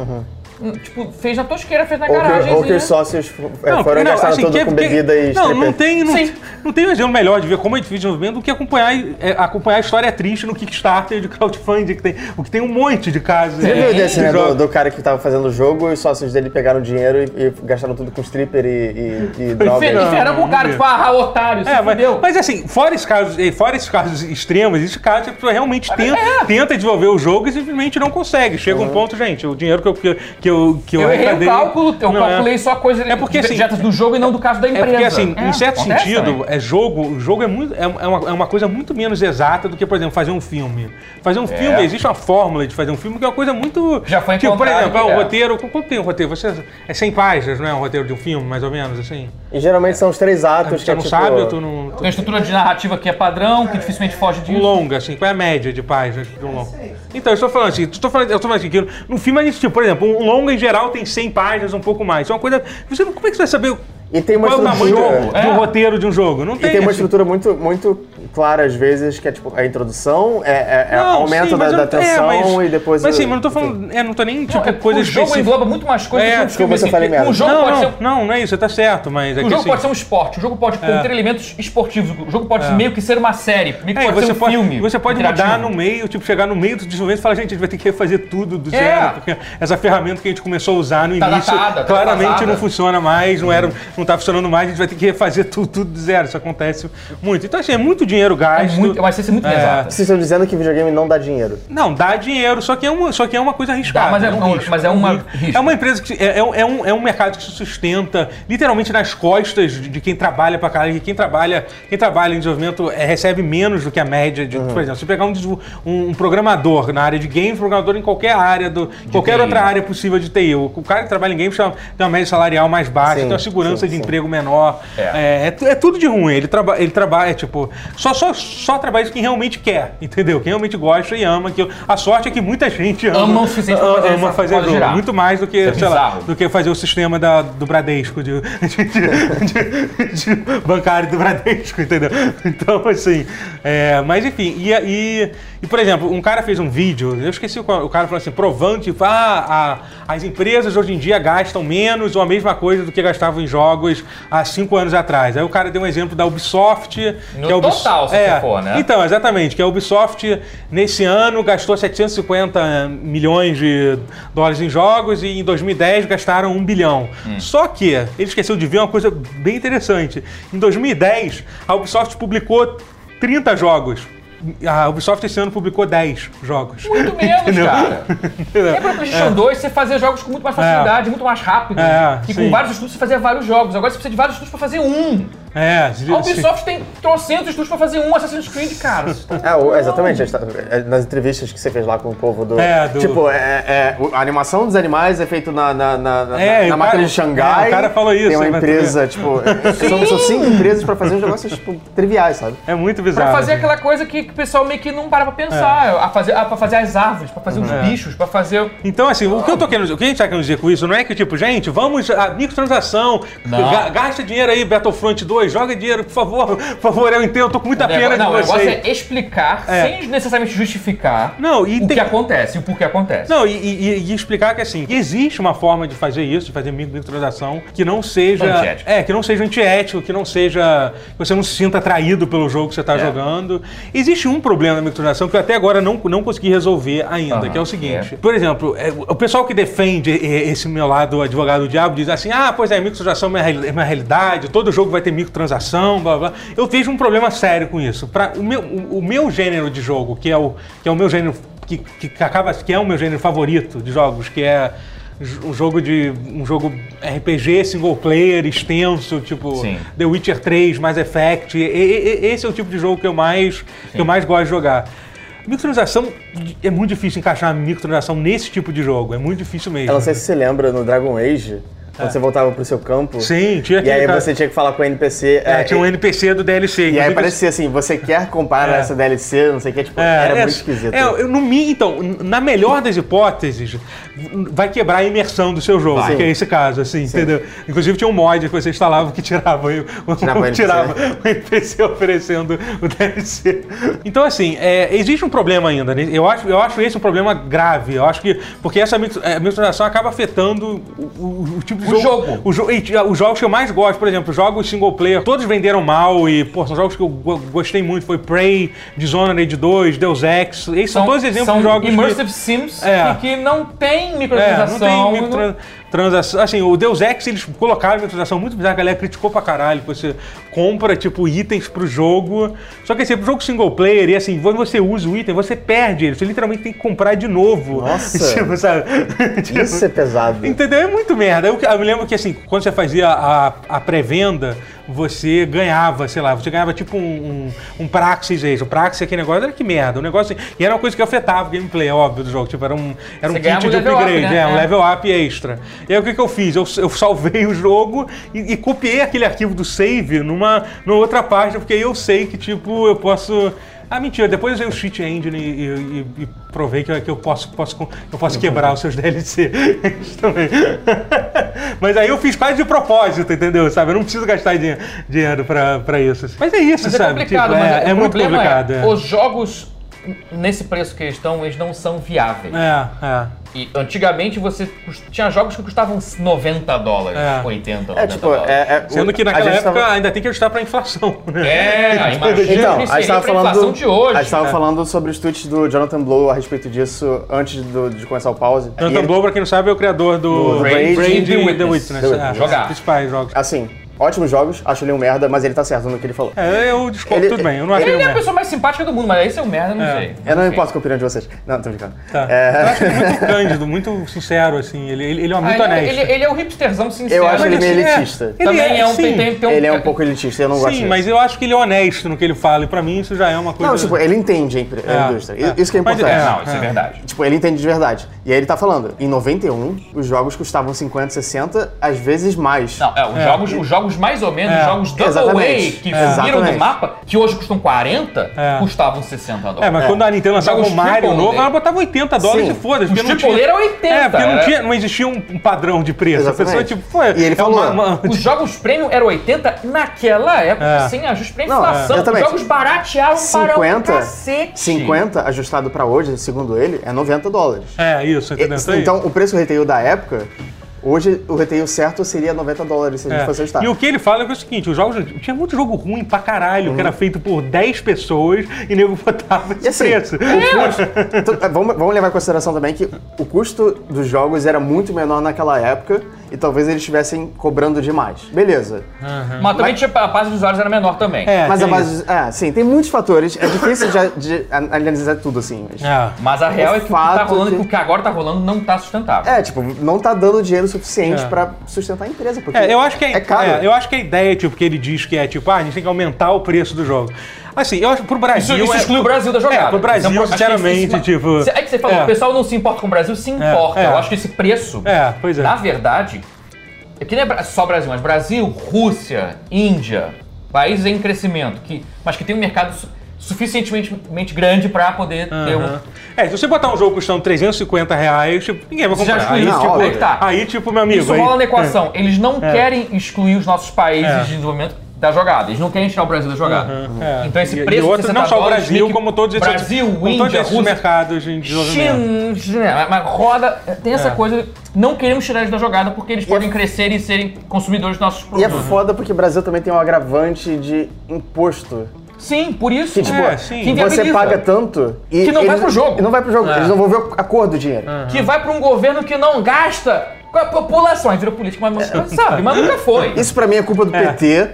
B: Tipo, fez na tosqueira,
A: É.
B: fez na
C: Ou que,
B: garagem. assim, né?
C: ou que os sócios é, foram gastados
A: assim,
C: tudo
A: que-
C: com
A: que-
C: bebida e
A: Não,
C: stripper.
A: não tem, não,
B: Sim.
A: não tem um exemplo melhor de ver como é difícil de desenvolvimento do que acompanhar, é, acompanhar a história triste no Kickstarter de crowdfunding, que tem, o que tem um monte de casos.
C: Você viu
B: Sim.
C: desse, né?
A: Jogo.
C: Do, do cara que tava fazendo o jogo, os sócios dele pegaram dinheiro e, e gastaram tudo com stripper e, e, e drogas.
A: Não,
B: Enferramos
A: não
B: o cara,
A: vi.
B: tipo, ah, otário, se
A: É, mas,
B: fudeu.
A: mas assim, fora esses casos, eh, fora esses casos extremos, existe casos que a pessoa realmente tenta,
B: é.
A: tenta desenvolver o jogo e simplesmente não consegue. Chega
C: É.
A: um ponto, gente, o dinheiro que eu que eu que eu, que eu
B: Eu errei o
A: arrecadei-
B: cálculo, eu
A: Não, é.
B: calculei só coisas
A: É porque, assim,
B: objetos do jogo e não do caso da
A: É
B: empresa.
A: porque, assim, em certo
B: acontece
A: sentido,
B: também.
A: é jogo, o jogo é, muito, é, é uma, é uma coisa muito menos exata do que, por exemplo, fazer um filme. Fazer um filme, existe uma fórmula de fazer um filme que é uma coisa muito.
B: É. Já foi
A: Tipo, por
B: encontrado,
A: exemplo, é um
B: é.
A: roteiro. Quanto tem um roteiro? Você, é 100 páginas, não é? Um roteiro de um filme, mais ou menos, assim?
C: E geralmente são os três atos que
A: Você
C: é
A: não
C: tipo...
A: sabe, eu tô no.
B: Tem uma estrutura de narrativa que é padrão, que dificilmente foge
A: Um
B: disso.
A: longa, assim, qual é a média de páginas de um longa? Então, eu estou falando assim, eu estou falando, eu estou falando assim, que no filme a gente, tipo, por exemplo, um longa em geral tem 100 páginas, um pouco mais. Isso é uma coisa. Você, não- como é que você vai saber
C: E tem uma
A: qual é o tamanho
C: estrutura...
A: de um- de um
B: É.
A: roteiro de um jogo? Não
C: E tem uma
A: assim.
C: estrutura muito, muito clara, às vezes, que é tipo a introdução, é, é- é
A: Não,
C: aumento
A: sim,
C: da,
A: mas eu-
C: da
A: é,
C: tensão
A: mas-
C: e depois.
A: Mas
C: o-
A: sim, mas não tô falando. É, não tô nem tipo
B: Não, é-
A: coisa
B: o jogo
A: específica.
B: engloba muito mais coisas
A: É,
B: que um
A: desculpa,
B: filme.
C: você
B: assim.
C: falei merda.
B: um jogo
A: Não,
B: pode
A: não,
B: ser
A: não, não é isso, você tá certo, mas é
B: O
A: que
B: jogo
A: assim, É.
B: pode ser um esporte, o jogo pode conter elementos esportivos, o jogo pode meio que ser uma série, meio que
A: é,
B: pode
A: você
B: ser um
A: pode,
B: filme.
A: você pode mudar
B: interativo.
A: no meio, tipo, chegar no meio do desenvolvimento e falar, gente, a gente vai ter que refazer tudo do
B: É.
A: zero, porque essa ferramenta que a gente começou a usar no
B: Tá
A: início
B: datada, tá
A: claramente
B: defasada.
A: não funciona mais, não, era, não tá funcionando mais, a gente vai ter que refazer tudo, tudo do zero. Isso acontece muito. Então, assim, é muito dinheiro
B: É
A: gasto.
B: muito, mas isso é muito
A: É.
B: pesado.
C: Vocês estão dizendo que videogame não dá dinheiro.
A: Não, dá dinheiro, só que é uma, só que é uma coisa arriscada.
B: Dá, mas é um-
A: risco,
B: mas é uma-
A: É
B: risco.
A: uma empresa que. É, é um- é um, é um mercado que se sustenta literalmente nas costas de, de quem trabalha pra caralho. E Quem trabalha, quem trabalha em desenvolvimento é, recebe menos do que a média.
C: Uhum.
A: De, Por exemplo, se pegar um, desenvol- um- um programador na área de games, um programador em qualquer área, do, qualquer
B: TI,
A: outra
B: né?
A: área possível de TI. O, o cara que trabalha em games tem uma, tem uma média salarial mais baixa,
C: Sim,
A: tem uma segurança
C: sim,
A: de
C: sim.
A: emprego menor.
B: É.
A: É, é tu- é tudo de ruim. Ele, traba, ele trabalha, tipo, só, só, só trabalha quem realmente quer, entendeu? Quem realmente gosta e ama. Que, a sorte é que muita gente ama,
B: Ama o suficiente pra
A: a-
B: fazer
A: ama
B: essa
A: fazer
B: roda
A: jogo.
B: girar.
A: Muito mais do que,
B: é
A: sei lá,
B: bizarro.
A: do que fazer o sistema da- do Bradesco, de, de- de- de- de bancário do Bradesco, entendeu? Então, assim, é, mas enfim, e, e, e, por exemplo, um cara fez um vídeo, eu esqueci o, qual- o cara falou assim, provando, tipo, ah, a- as empresas hoje em dia gastam menos ou a mesma coisa do que gastavam em jogos há cinco anos atrás. Aí o cara deu um exemplo da Ubisoft.
B: No
A: que a Ubis-
B: total, se
A: é,
B: você for, né?
A: Então, exatamente, que a Ubisoft nesse ano gastou 750 milhões de dólares em jogos e em 2010 gastaram 1 bilhão. Só que ele esqueceu de ver uma coisa bem interessante. Em 2010, a Ubisoft publicou 30 jogos. A Ubisoft esse ano publicou 10 jogos.
B: Muito menos, cara. É pra PlayStation 2 você fazer jogos com muito mais facilidade, muito mais rápido.
A: É,
B: e
A: sim.
B: com vários estudos você fazia vários jogos. Agora você precisa de vários estudos pra fazer um.
A: É,
B: A Ubisoft tem trocentos estudos pra fazer um Assassin's Creed, cara.
C: É, o- exatamente. a gente tá- é, nas entrevistas que você fez lá com o povo do.
A: É, do-
C: Tipo, é, é, o- a animação dos animais é feita na, na, na, na-
A: É,
C: na
A: o
C: máquina
A: cara-
C: de Xangai.
A: é, o cara falou isso,
C: Tem uma
A: né, mas
C: empresa, tipo. é, são, são cinco empresas pra fazer uns negócios, tipo, triviais, sabe?
A: é muito bizarro.
B: Pra fazer
A: assim.
B: aquela coisa que, que o pessoal meio que não para pra
A: É.
B: pensar. A fazer, a, pra fazer as árvores, pra fazer os
A: Uhum.
B: bichos, pra fazer.
A: Então, assim, o que eu tô querendo dizer, o que a gente tá querendo dizer com isso não é que, tipo, gente, vamos, a microtransação,
B: Não.
A: ga- gasta dinheiro aí, Battlefront 2, joga dinheiro, por favor, por favor, eu entendo, eu tô com muita
B: O negócio-
A: pena
B: não, o
A: de
B: negócio
A: vocês.
B: é explicar, sem necessariamente justificar,
A: Não, e
B: o
A: tem-
B: que acontece e o porquê acontece.
A: Não, e, e- e explicar que, assim, existe uma forma de fazer isso, de fazer micro- microtransação, que não seja...
B: Antiético.
A: É, que não seja antiético, que não seja... que você não se sinta atraído pelo jogo que você tá
B: É.
A: jogando. Existe um problema na microtransação que eu até agora não, não consegui resolver ainda,
B: Aham,
A: que é o seguinte. Por exemplo, é, o pessoal que defende é, esse meu lado advogado do diabo diz assim, ah, pois é, microtransação é minha reali- é minha realidade, todo jogo vai ter microtransação, blá, blá. Eu vejo um problema sério com isso. Pra, o, meu, o, o meu gênero de jogo, que é o, que é o meu gênero... Que, que, que acaba que é o meu gênero favorito de jogos, que é j- um jogo de um jogo RPG single player extenso, tipo
B: Sim.
A: The Witcher 3, Mass Effect. E- e- e- esse é o tipo de jogo que eu mais, que eu mais gosto de jogar. Microtransação é muito difícil encaixar a microtransação nesse tipo de jogo, é muito difícil mesmo.
C: Eu não sei se você lembra no Dragon Age. Quando você voltava pro seu
A: É.
C: campo.
A: Sim, tinha
C: E
A: aquele
C: aí
A: cara-
C: você tinha que falar com o NPC.
A: É,
C: é,
A: tinha um NPC do DLC.
C: E aí
A: inclusive-
C: parecia assim, você quer comprar
A: É.
C: essa DLC, não sei o que, tipo,
A: É,
C: era
A: é,
C: muito esquisito.
A: É, eu, no mínimo, então, na melhor das hipóteses, vai quebrar a imersão do seu jogo,
C: Vai.
A: que é esse caso, assim, entendeu? Inclusive tinha um mod que você instalava que tirava, o- o-
C: Tirava o NPC.
A: tirava o NPC oferecendo o DLC. Então, assim, é, existe um problema ainda, né? Eu acho, eu acho esse um problema grave. Eu acho que. Porque essa mix- é, misturação acaba afetando o, o- o tipo de
B: O
A: jogo.
B: jogo.
A: O jo- e t- os jogos que eu mais gosto, por exemplo, jogos single player, todos venderam mal e, pô, são jogos que eu go- gostei muito. Foi Prey, Dishonored 2, Deus Ex. Esses são, todos exemplos
B: são
A: de jogos
B: Immersive
A: que...
B: Sims
A: É.
B: que, que não tem
A: É, não tem
B: microtransação. não-
A: microtransação. Assim, o Deus Ex, eles colocaram microtransação muito bizarra, a galera criticou pra caralho. que Você compra, tipo, itens pro jogo. Só que, assim, pro jogo single player, e assim, quando você usa o item, você perde ele. Você literalmente tem que comprar de novo.
C: Nossa.
A: Tipo, sabe? Tipo-
C: Isso é pesado.
A: Entendeu? É muito merda. Eu, eu me lembro que, assim, quando você fazia a, a pré-venda, você ganhava, sei lá, você ganhava tipo um, um, um Praxis aí. O Praxis, aquele negócio, era que merda. Um negócio assim, e era uma coisa que afetava o gameplay, óbvio, do jogo. Tipo, era um, era um
B: Você ganhava
A: kit de
B: um level
A: upgrade,
B: up, né?
A: é, um
B: É.
A: level up extra. E aí o que, que eu fiz? Eu, eu salvei o jogo e, e copiei aquele arquivo do save numa, numa outra página, porque aí eu sei que, tipo, eu posso. Ah, mentira, depois eu usei o cheat engine e, e- e- e provei que, eu- que eu, posso, posso, com- eu posso quebrar os seus DLC também. Mas aí eu fiz quase de propósito, entendeu? Sabe? Eu não preciso gastar dinhe- dinheiro pra, pra isso. assim. Mas é isso,
B: Mas é
A: sabe?
B: complicado,
A: Tipo,
B: mas
A: é,
B: o
A: é muito
B: problema
A: complicado.
B: É,
A: É,
B: Os jogos, n- nesse preço que eles estão, eles não são viáveis.
A: é. é.
B: E antigamente você cust- tinha jogos que custavam 90 dólares,
A: É.
B: 80, 90
C: É, tipo,
B: dólares.
C: é, é,
A: Sendo que
C: a
A: naquela
C: gente
A: época
C: tava-
A: ainda tem que ajustar pra inflação, né?
B: É, aí imagina
C: Então,
B: que
C: a gente
B: seria
C: tava
B: pra inflação
C: falando,
B: de hoje. né?
C: a gente tava falando sobre os tweets do Jonathan Blow a respeito disso antes do- de começar o pause. E
A: Jonathan
C: ele-
A: Blow, pra quem não sabe, é o criador do
C: Do
A: Braid
C: Braid
A: Braid
B: e The
A: e The
B: Witness.
A: Witness.
C: The Witness.
A: é,
B: Jogar.
A: Principais jogos.
C: Assim, ótimos jogos, acho ele um merda, mas ele tá certo no que ele falou.
A: É, eu discordo,
C: Ele-
A: tudo bem, eu não achei
B: Ele é a
A: um
B: pessoa mais simpática do mundo, mas aí você é um merda, não
A: É.
B: sei.
C: Eu não me
B: Enfim.
C: importo com a opinião de vocês. Não, tô brincando. É,
A: Tá. Eu acho ele muito cândido, muito sincero, assim. Ele, ele, ele é
B: Ah,
A: muito
B: ele,
A: honesto.
B: ele, ele é o hipsterzão sincero.
C: Eu acho ele meio
A: é,
C: elitista.
A: ele
B: Também é, um,
A: sim.
B: tem, tem, tem um...
C: Ele é um pouco elitista, eu não gosto
A: Sim,
C: disso.
A: mas eu acho que ele é honesto no que ele fala, e pra mim isso já é uma coisa.
C: Não, tipo, ele entende a empre- a
A: É,
C: indústria.
A: é.
C: Isso que é
A: Mas-
C: importante.
B: É, não, isso é,
A: É.
B: verdade.
C: Tipo, ele entende de verdade. E aí ele tá falando, em 91, os jogos custavam 50, 60, às vezes mais.
B: Não, é, os, Jogos, os jogos mais ou menos,
A: É.
B: os jogos double A
C: Exatamente.
B: que
C: É.
B: viram do
C: Exatamente.
B: mapa, que hoje custam 40,
A: É.
B: custavam 60 dólares.
A: É, mas quando a Nintendo lançava
B: Jogos
A: o Mario
B: triple,
A: novo,
B: né?
A: ela botava 80 dólares
C: Sim.
A: e foda-se.
B: Os
A: porque não
B: triple
A: tinha-
B: era 80,
A: É, porque não,
B: era-
A: tinha, não existia um um padrão de preço. A pessoa,
C: Exatamente.
A: tipo, foi.
C: E ele
A: é
C: falou-
B: Os jogos premium eram 80 naquela época,
A: É.
B: sem ajuste pra
C: Não,
B: inflação.
C: é.
B: Os
C: Exatamente.
B: jogos baratearam para o
C: 50,
B: cacete.
C: 50 ajustado pra hoje, segundo ele, é 90 dólares.
A: É, isso, entendeu? Isso aí.
C: Então, o preço retail da época, hoje o retail certo seria 90 dólares se a gente
A: É.
C: fosse ajustar.
A: E o que ele fala é, que é o seguinte: os jogos. Tinha muito jogo ruim pra caralho, que era feito por 10 pessoas e nego botava esse
C: Uhum. E assim,
A: preço.
C: Então, é, vamos, vamos levar em consideração também que o custo dos jogos era muito menor naquela época e talvez eles estivessem cobrando demais. Beleza.
B: Uhum. Mas também tinha, a base de usuários era menor também.
A: É,
C: Mas a
A: tem isso.
C: base. Ah, sim, tem muitos fatores. É difícil de, de an- analisar tudo assim. mas-
A: É.
B: Mas a real é que o que tá
C: fato
B: rolando,
C: de-
B: que o que agora tá rolando não tá sustentável.
C: É, tipo, não tá dando dinheiro suficiente
A: É.
C: pra sustentar a empresa. Porque
A: É, eu acho que a,
C: é caro.
A: é, eu acho que a ideia, tipo, que ele diz que é tipo, ah, a gente tem que aumentar o preço do jogo. Assim, eu acho que pro
B: Isso,
A: Brasil.
B: isso
A: é-
B: exclui o Brasil da jogada.
A: É, pro Brasil,
B: Então, acho que
A: sinceramente,
B: isso-
A: tipo.
B: É que você falou,
A: é,
B: o pessoal não se importa com o Brasil, se importa.
A: é.
B: Eu acho que esse preço,
A: É, pois é.
B: na verdade, é que não é Bra- só Brasil, mas Brasil, Rússia, Índia, países em crescimento, que, mas que tem um mercado su- suficientemente grande pra poder ter um.
A: Aham. É, se você botar um jogo custando 350 reais, tipo, ninguém vai
B: Você já
A: comprar. Aí,
B: excluiu
C: Não,
B: isso, tipo,
C: óbvio.
B: é que tá.
A: aí, tipo, meu amigo.
B: Isso
A: aí-
B: rola na equação. Eles não
A: É.
B: querem excluir os nossos países
A: É.
B: de desenvolvimento da jogada. Eles não querem tirar o Brasil da jogada.
A: É.
B: Então esse
A: E-
B: preço
A: e
B: de
A: outros,
B: 60
A: não só o
B: dólares,
A: Brasil,
B: meio que
A: como todos esses,
B: Brasil,
A: como todos
B: Índia,
A: esses
B: Rússia,
A: mercados em desenvolvimento.
B: China, China, mas roda. Tem essa
A: É.
B: coisa. Não queremos tirar eles da jogada porque eles podem
C: é-
B: crescer e serem consumidores dos nossos
C: E é
B: produtos.
C: foda porque o Brasil também tem um agravante de imposto.
B: Sim, por isso.
C: Que, tipo,
A: É, sim.
B: que
C: Você
B: inviabiliza.
C: paga tanto e.
B: Que não vai
C: eles-
B: pro jogo.
C: e Não vai pro jogo.
A: É.
C: Eles não vão ver a cor do dinheiro.
B: Que vai pra um governo que não gasta com a população. Aí vira político, mas, mas sabe, mas nunca foi.
C: Isso pra mim é culpa do PT.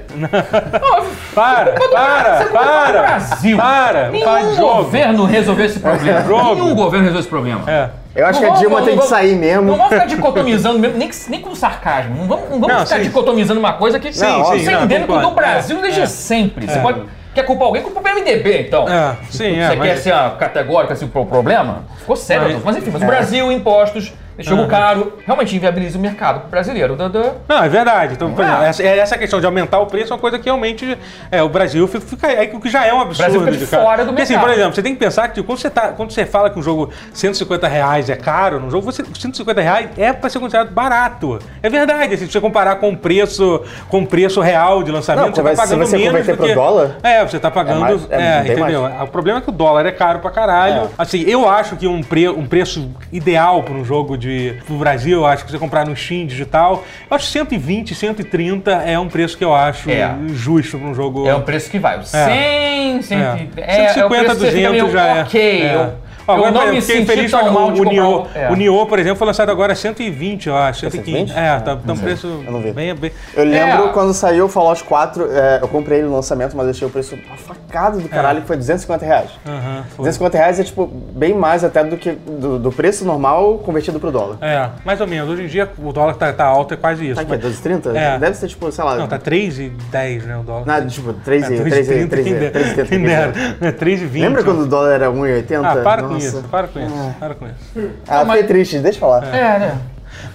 A: Para,
B: tá
A: para,
B: Para,
A: para,
B: é Brasil.
A: para,
B: Nenhum
A: para de jogo. É,
B: governo resolveu esse problema.
A: Jogo.
B: Nenhum governo resolveu esse problema.
A: É.
C: Eu
B: Não
C: acho que a
B: vamos-
C: Dilma
B: não
C: tem que
B: vamos-
C: sair
B: Não
C: mesmo.
B: vamos ficar dicotomizando mesmo, nem, que- nem com sarcasmo. Não vamos, não vamos
A: Não,
B: ficar
A: sim.
B: dicotomizando uma coisa que sim,
C: sim,
B: isso é
A: não,
B: endêmico do
A: concordo.
B: Brasil
A: É,
B: desde
A: é.
B: sempre. Você pode. Quer culpar alguém? Culpa o PMDB, então.
A: É, sim, é,
B: Você
A: mas-
B: quer ser ah, categórica assim, pro problema? Ficou sério,
A: Mas- é. Ah.
B: mas, mas enfim, mas o Brasil, impostos, Jogo caro, realmente inviabiliza o mercado pro brasileiro. Da- da-
A: Não, é verdade. Então, por
B: Ah.
A: exemplo, essa, essa questão de aumentar o preço é uma coisa que realmente é, o Brasil fica, fica é que o que já é um absurdo.
B: Brasil fica de
A: cara.
B: fora do
A: Porque, assim,
B: mercado.
A: por exemplo, você tem que pensar que tipo, quando, você tá, quando você fala que um jogo 150 reais é caro num jogo, você, 150 reais é para ser considerado barato. É verdade. Assim, se você comparar com o preço, com o preço real de lançamento,
C: Não,
A: você
C: conver-
A: está
C: se
A: pagando
C: você
A: menos
C: converter
A: do
C: pro
A: que-
C: dólar,
A: É, você está pagando.
C: é mais- é
A: é,
C: bem
A: entendeu? O problema é que o dólar é caro pra caralho.
C: É.
A: Assim, eu acho que um, pre- um preço ideal para um jogo de pro Brasil, eu acho que você comprar no Steam digital, eu acho 120, 130 é um preço que eu acho
B: É.
A: justo para um jogo.
B: É o preço que vai. 100, 100,
A: É.
B: é, é o preço
A: 150,
B: que você fica
A: 200
B: meio,
A: já é.
B: Ok,
A: É.
B: eu,
A: Ó,
B: eu
A: agora, por
B: não
A: exemplo,
B: me
A: fiquei
B: sinto
A: feliz
B: tão
A: com
B: mal
A: o
B: de comprar
A: Nioh.
B: um- é.
A: O Nioh, por exemplo, foi lançado agora 120, eu acho. 115.
C: 120?
A: É, tá, tá um preço
C: Eu não vi.
A: bem... bem...
C: Eu
B: É.
C: lembro quando saiu o Fallout 4, é, eu comprei ele no lançamento, mas achei o preço uma facada do caralho, que foi 250 reais.
A: Aham, foi.
C: 250 reais é, tipo, bem mais até do que do, do preço normal convertido pro dólar.
A: É, mais ou menos. Hoje em dia o dólar tá, tá alto, é quase isso.
C: Tá aqui,
A: mas-
C: 12,30?
A: É.
C: Deve ser, tipo, sei lá...
A: Não, tá 3,10, né, o dólar.
C: na- tipo, 3
A: É,
C: e 3 e
A: 2,30,
C: 3
A: quem
C: e
A: dera.
C: 3
A: Quem dera. É 3,20.
C: Lembra quando o dólar era 1,80?
A: Ah, para com
C: Nossa. É.
A: isso, para com isso, para com isso.
C: Ah, fiquei triste, deixa eu falar.
B: É, né?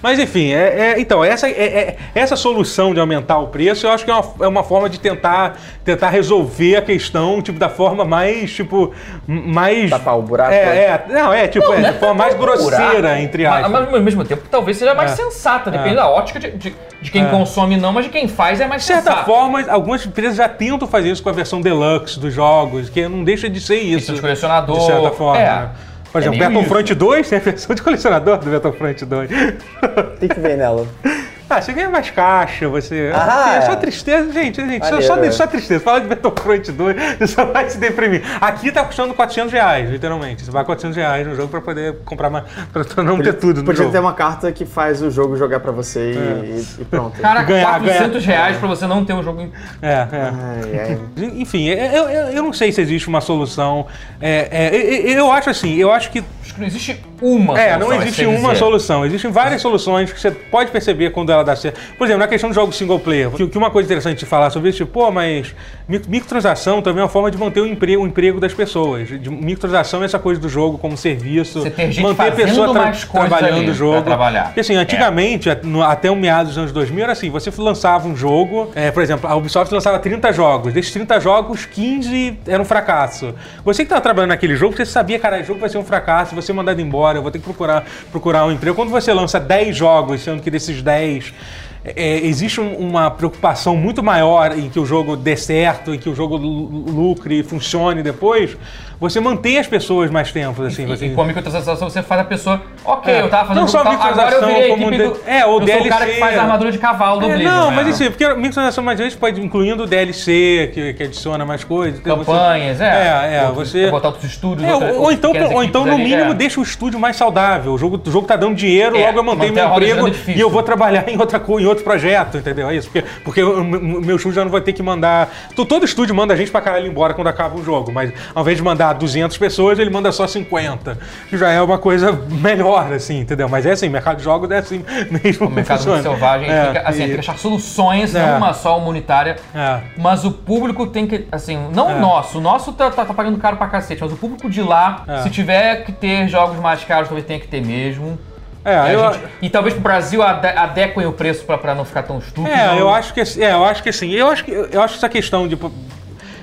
A: Mas enfim, é, é- então, essa, é- é- essa solução de aumentar o preço, eu acho que é uma, é uma forma de tentar, tentar resolver a questão, tipo, da forma mais, tipo, m- mais...
C: Tapar o buraco, né?
A: É, é, não, é, tipo, é, de forma mais grosseira,
B: Buraco.
A: entre
B: Mas-
A: aspas.
B: Mas, ao mesmo tempo, talvez seja mais
A: É.
B: sensata, depende
A: É.
B: da ótica de, de, de quem consome, não, mas de quem faz é mais
A: De certa
B: sensata.
A: forma, algumas empresas já tentam fazer isso com a versão deluxe dos jogos, que não deixa de ser isso.
B: Questão de colecionador.
A: De certa forma.
B: É.
A: né? Por
B: É
A: exemplo,
B: meio
A: Battlefront 2 tem a versão é de colecionador do Battlefront 2.
C: Tem que ver nela.
A: Ah, você ganha mais caixa, você.
C: Ah,
A: é só
C: é.
A: tristeza, gente, gente, só,
C: Maneiro,
A: só,
C: é.
A: só tristeza. Fala de Battlefront 2, você só vai se deprimir. Aqui tá custando 400 reais, literalmente. Você vai 400 reais no jogo pra poder comprar mais. pra não ter É tudo no
C: Podia
A: jogo.
C: ter uma carta que faz o jogo jogar pra você e- e, e pronto.
B: Cara,
A: Ganhar,
B: 400 reais pra você não ter um jogo... em-
A: É, é.
C: Ai, ai.
A: Enfim, é, eu, eu, eu não sei se existe uma solução. É, é, eu- eu- eu acho assim, eu acho que
B: Acho que não existe uma
A: É,
B: solução,
A: não
B: é
A: existe
B: sem
A: uma
B: dizer.
A: solução. Existem várias soluções que você pode perceber quando ela dá certo. Por exemplo, na questão de jogos single player, que, que uma coisa interessante de falar sobre isso, tipo, pô, mas mi- microtransação também é uma forma de manter o emprego, o emprego das pessoas. De, microtransação é essa coisa do jogo como serviço.
B: Você ter gente
A: manter a pessoa
B: fazendo mais coisas ali
A: trabalhando o
B: pra
A: jogo.
B: trabalhar.
A: Porque assim, antigamente, at- no- até o meados dos anos 2000, era assim, você lançava um jogo, é, por exemplo, a Ubisoft lançava 30 jogos. Desses 30 jogos, 15 eram um fracasso. Você que estava trabalhando naquele jogo, você sabia, cara, esse jogo vai ser um fracasso, vou ser mandado embora, eu vou ter que procurar, procurar um emprego. Quando você lança 10 jogos, sendo que desses 10... é, existe um- uma preocupação muito maior em que o jogo dê certo, em que o jogo lu- lucre, funcione depois. Você mantém as pessoas mais tempo, assim.
B: E,
A: você...
B: e com a microtransação você faz a pessoa, ok,
A: É.
B: eu tava fazendo
A: Não só
B: tal, agora eu
A: microtransação,
B: virei a
A: como
B: equipe
A: de-
B: do,
A: é, o
B: eu sou o cara que
A: DLC.
B: faz a armadura de cavalo do
A: É,
B: Blizzard.
A: não, mas
B: né?
A: assim, porque a microtransação mais vezes pode, incluindo o DLC, que, que adiciona mais coisas. então você-
B: Campanhas, é.
A: É, é,
B: Ou-
A: você...
B: Botar outros estúdios,
A: É,
B: outras-
A: ou, ou
B: outras
A: então,
B: pequenas
A: ou então, no
B: equipes ali,
A: mínimo,
B: é.
A: deixa o estúdio mais saudável. O jogo, o jogo tá dando dinheiro,
B: É,
A: logo eu mantenho
B: manter
A: meu
B: a roda girando
A: emprego
B: é difícil.
A: e eu vou trabalhar em, outra, co- em outro projeto, entendeu? É isso. Porque, porque o meu meu estúdio já não vai ter que mandar. to- Todo estúdio manda a gente pra caralho embora quando acaba o jogo, mas ao invés de mandar 200 pessoas, ele manda só 50. Que já é uma coisa melhor, assim, entendeu? Mas é assim, mercado de jogos é assim mesmo.
B: O mercado
A: funciona.
B: selvagem
A: É,
B: fica, assim,
A: e-
B: tem que achar soluções,
A: É.
B: não uma só humanitária.
A: É.
B: Mas o público tem que, assim, não
A: É.
B: o nosso, o nosso tá, tá, tá pagando caro pra cacete, mas o público de lá,
A: É.
B: se tiver que ter jogos mais caros, talvez tenha que ter mesmo.
A: É,
B: e,
A: eu,
B: a gente- e talvez pro Brasil ade- adequem o preço pra, pra não ficar tão estúpido.
A: É, eu acho que assim- é, eu acho que assim, eu acho que eu acho que essa questão de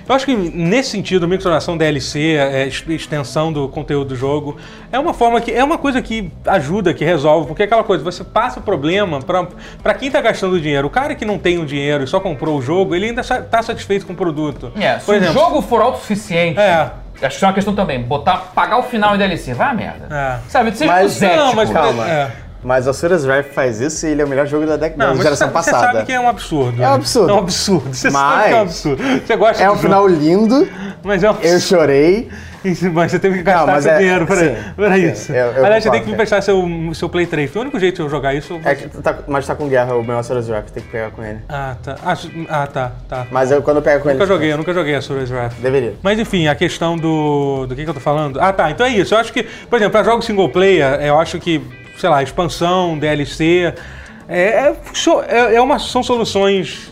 A: eu acho que nesse sentido, microtransformação DLC, é, ex- extensão do conteúdo do jogo, é uma forma que é uma coisa que ajuda, que resolve, porque é aquela coisa, você passa o problema pra pra quem tá gastando dinheiro. O cara que não tem o dinheiro e só comprou o jogo, ele ainda sa- tá satisfeito com o produto.
B: É, se o jogo for autossuficiente,
A: É.
B: acho que é uma questão também, botar, pagar o final em DLC, vai a merda.
A: É.
B: Sabe, seja tipo,
C: Mas-
B: cuzético.
A: não, mas-
C: Calma.
A: É.
C: Mas Asura's Wrath faz isso e ele é o melhor jogo da, década,
A: Não,
C: da
A: mas você
C: geração
A: sabe, você
C: passada.
A: sabe que é um absurdo.
C: É um
A: né?
C: absurdo.
A: É um absurdo. Você sabe
C: Mas-
A: que é um absurdo. Você gosta
C: É
A: do
C: um
A: jogo,
C: final lindo,
A: mas é um
C: eu chorei.
A: Mas você teve que gastar
C: Não, mas
A: seu
C: é-
A: dinheiro pra,
C: sim,
A: pra
C: sim,
A: isso.
C: eu- eu
A: Aliás, você tem
C: concordo,
A: que me emprestar seu, seu Play 3. Foi o único jeito de eu jogar isso.
C: É que tá- mas tá com guerra o meu Asura's Wrath, tem que pegar com ele.
A: Ah, tá. Ah, su- Ah, tá, tá.
C: Mas eu, quando eu pego com ele...
A: Nunca joguei, eu nunca joguei a Sura's Wrath.
C: Deveria.
A: Mas enfim, a questão do. Do que, que eu tô falando? Ah, tá. Então é isso. Eu acho que, por exemplo, pra jogos single player, eu acho que, sei lá, expansão, DLC. É, é- so- é- é uma, são soluções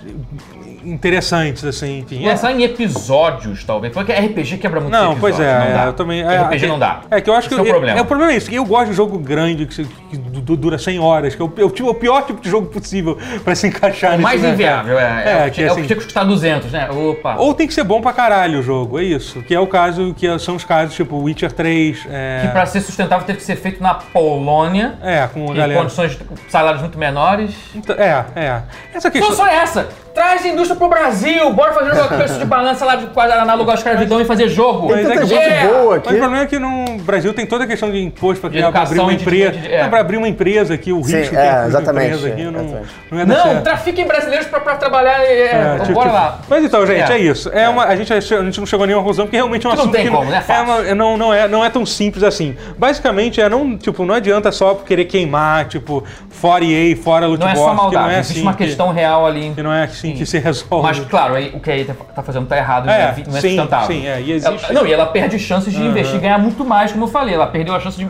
A: interessantes, assim, enfim. É-
B: Lançar em episódios, talvez. Porque RPG quebra muito
A: Não,
B: esse episódio,
A: pois é,
B: não dá.
A: eu também. é,
B: RPG
A: é,
B: não dá.
A: É que eu acho
B: Esse
A: que.
B: é o problema.
A: É, o problema é isso. Eu gosto de jogo grande que, se- que du- dura 100 horas, que é o, é o ti- o pior tipo de jogo possível pra se encaixar
B: O
A: nesse
B: mais
A: mercado.
B: inviável, é. É,
A: É,
B: o que,
A: que
B: é o que
A: assim-
B: tinha que custar 200, né? Opa.
A: Ou tem que ser bom pra caralho o jogo, é isso. Que é o caso, que são os casos tipo Witcher 3. É,
B: Que pra ser sustentável teve que ser feito na Polônia.
A: é com a
B: Em
A: galera.
B: condições, salários muito menores.
A: Então, é, é. Essa
B: Não
A: questão.
B: só um essa! Traz a indústria pro Brasil! Bora fazer um preço de balança lá de quase análogo à escravidão e fazer jogo!
A: Mas é
C: Tanta
A: que-
C: gente
B: É.
C: boa
A: Mas o
C: aqui.
A: problema é que no Brasil tem toda a questão de imposto pra
B: De
A: criar- pra abrir uma
B: educação, de-
A: empresa.
B: de- de- é.
A: Não, pra abrir uma empresa aqui, o risco
C: Sim,
A: que
C: é,
A: abrir uma
C: exatamente,
A: empresa aqui
C: é,
A: não,
C: exatamente.
A: não é dar certo.
B: Não, trafiquem brasileiros pra, pra trabalhar. é,
A: É, tipo-
B: bora
A: tipo-
B: lá.
A: Mas então, gente,
B: É.
A: é, isso. É Uma, a, gente, a gente não chegou a nenhuma conclusão, porque realmente é um
B: Não
A: assunto
B: tem
A: que
B: como, né?
A: é
B: Fácil.
A: uma- é não, não, é, não é tão simples assim. Basicamente, é não, tipo, não adianta só querer queimar, tipo, fora EA, fora loot
B: Não é
A: box,
B: só
A: que não
B: maldade,
A: é
B: existe
A: assim
B: uma
A: que-
B: questão real ali.
A: que, não é assim que se resolve.
B: Mas claro, aí o que a EA tá- tá fazendo tá errado,
A: É,
B: não é vi- não é
A: sim,
B: sustentável.
A: sim, é, e existe-
B: Ela- não, e ela perde chances de investir e ganhar muito mais, como eu falei. Ela perdeu a chance de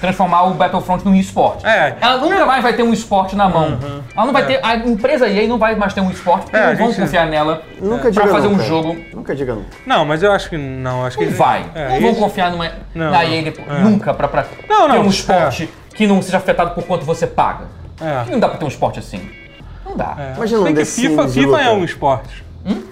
B: transformar o Battlefront num esporte.
A: É. Uhum.
B: Ela nunca mais vai ter um esporte na mão. Ela não vai ter, a empresa EA não vai mais ter um esporte, porque
A: É, a
B: não vão
A: gente-
B: confiar nela
A: É.
C: Nunca diga
B: pra fazer um
C: nunca.
B: jogo.
C: Nunca diga nunca.
A: Não, mas eu acho que não. Acho que
B: Não vai.
A: É,
B: não vão
A: isso-
B: confiar numa,
A: Não, não.
B: na EA depois-
A: É.
B: nunca pra, pra
A: Não,
B: ter
A: não,
B: um esporte que não seja afetado por quanto você paga.
A: É.
B: Não dá pra ter um esporte assim. Não dá.
A: é.
C: Imagina um
A: Sei que
C: The
A: FIFA,
C: Sims de
A: FIFA é
C: luta.
A: um esporte.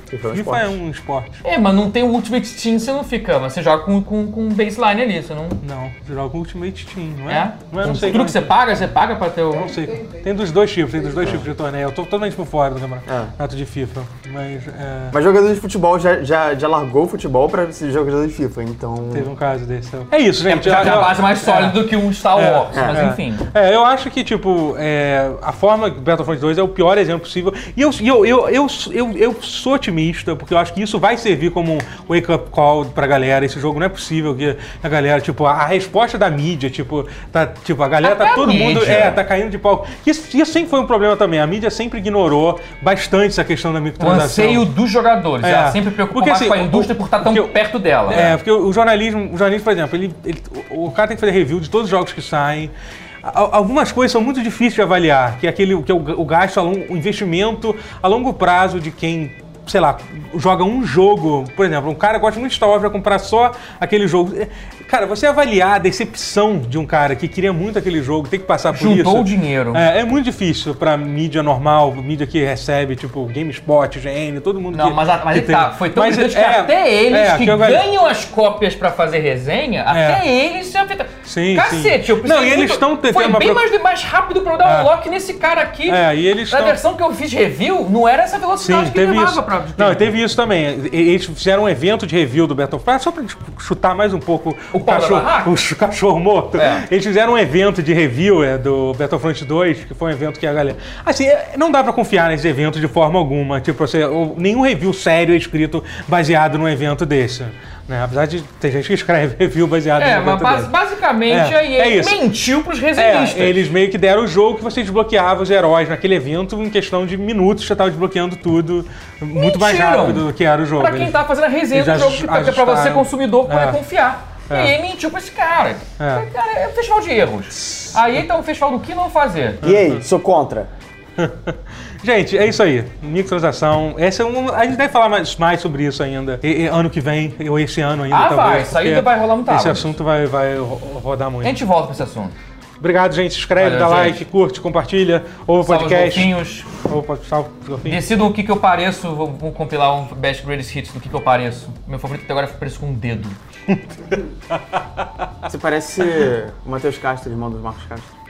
C: FIFA é um
A: FIFA é
C: esporte.
A: um esporte.
B: É, mas não tem o Ultimate Team, você não fica. Você joga com, com, com baseline ali, você não.
A: Não, joga Ultimate Team, não é?
B: É?
A: Não é? Não
B: Com
A: sei.
B: tudo
A: como-
B: que você paga, você paga pra ter o.
A: Não sei. Tem dos dois tipos, tem dos dois tipos de torneio. Eu tô totalmente por fora do campeonato de FIFA. Mas é,
C: Mas jogador de futebol já, já, já largou o futebol pra ser jogador de FIFA, então.
A: teve um caso desse. É isso,
B: É
A: gente.
B: porque já
A: Eu-
B: tem
A: eu-
B: uma base mais sólida do que um Star
A: É,
B: Wars,
C: é,
B: mas
A: é.
B: enfim.
A: É, eu acho que, tipo, é, a forma que Battlefront 2 é o pior exemplo possível. E eu, e eu, eu, eu, eu, eu sou otimista, porque eu acho que isso vai servir como um wake-up call pra galera. Esse jogo não é possível que a galera, tipo, a, a resposta da mídia, tipo, tá, tipo, a galera
B: Até
A: tá
B: a
A: todo mundo.
B: mídia.
A: É, tá caindo de pau. Isso, isso sempre foi um problema também. A mídia sempre ignorou bastante essa questão da
B: O
A: microtransação.
B: anseio dos jogadores.
A: É.
B: Ela sempre preocupa
A: Porque,
B: mais
A: assim,
B: com a indústria por estar tão
A: porque-
B: perto dela.
A: É, porque o jornalismo, o jornalismo, por exemplo, ele, ele- o, o cara tem que fazer review de todos os jogos que saem. A- Algumas coisas são muito difíceis de avaliar, que é aquele que é o, ga- o gasto, a lon- o investimento a longo prazo de quem, sei lá, joga um jogo. Por exemplo, um cara gosta muito de Star Wars, vai comprar só aquele jogo. É, Cara, você avaliar a decepção de um cara que queria muito aquele jogo, tem que passar por isso.
B: Juntou o dinheiro.
A: É, é muito difícil pra mídia normal, mídia que recebe, tipo, GameSpot, GN, todo mundo
B: Não,
A: que,
B: mas, a- mas
A: que
B: aí
A: tem.
B: tá, foi tão
A: Mas
B: gritante
A: é-
B: que até eles
A: é,
B: que
A: eu gal-
B: ganham as cópias pra fazer resenha, até eles já fica.
A: Sim,
B: Cacete,
A: sim.
B: eu preciso.
A: Não, e eles
B: muito-
A: estão tentando
B: Foi
A: uma
B: bem
A: pro-
B: mais, mais rápido pra eu dar um lock nesse cara aqui.
A: É, e eles
B: Na
A: tão-
B: versão que eu fiz review, não era essa velocidade
A: Sim,
B: que ele
A: teve
B: levava
A: isso.
B: pra.
A: Não, teve isso também. E- Eles fizeram um evento de review do Battlefront, só pra gente chutar mais um pouco o,
B: pau da
A: cachorro,
B: barraca?
A: o ch- cachorro morto.
B: É.
A: Eles fizeram um evento de review é, do Battlefront 2, que foi um evento que a galera. Assim, é, não dá pra confiar nesses eventos de forma alguma. Tipo, você, ou- nenhum review sério é escrito baseado num evento desse. Né? Apesar de ter gente que escreve review baseado
B: É,
A: num evento
B: mas bas-
A: desse.
B: basicamente
A: É,
B: aí
A: é
B: ele
A: isso.
B: mentiu pros
A: É,
B: resenhistas.
A: eles meio que deram o jogo que você desbloqueava os heróis naquele evento em questão de minutos, você tava desbloqueando tudo muito mais
B: Mentiram.
A: rápido do que era o jogo.
B: Pra quem
A: Eles-
B: tá fazendo a resenha do
A: eles
B: jogo, que tá- que é pra você
A: ajustaram.
B: consumidor poder
A: É.
B: confiar.
A: É.
B: E aí mentiu pra esse cara.
A: É.
B: Cara, é um festival de erros. Aí tá um festival do que não fazer.
A: um-
C: E aí, sou contra.
A: Gente, é isso aí. Microtransação. Esse é um, a gente deve falar mais, mais sobre isso ainda. E- e ano que vem, ou esse ano ainda,
B: Ah,
A: talvez.
B: vai. Isso aí
A: porque
B: vai rolar muita
A: Esse
B: água.
A: assunto vai, vai ro- rodar muito.
B: A gente volta pra esse assunto.
A: Obrigado, gente. Se inscreve,
B: Valeu,
A: dá
B: gente.
A: like, curte, compartilha. Ouve o
B: Salve os
A: podcast.
B: golfinhos.
A: Ouve o pod- salve os golfinhos.
B: Decidam o que, que eu pareço, vou, vou compilar um Best Greatest Hits do que, que eu pareço. Meu favorito até agora é pareço com um dedo.
C: Você parece o Matheus Castro, irmão dos Marcos Castro.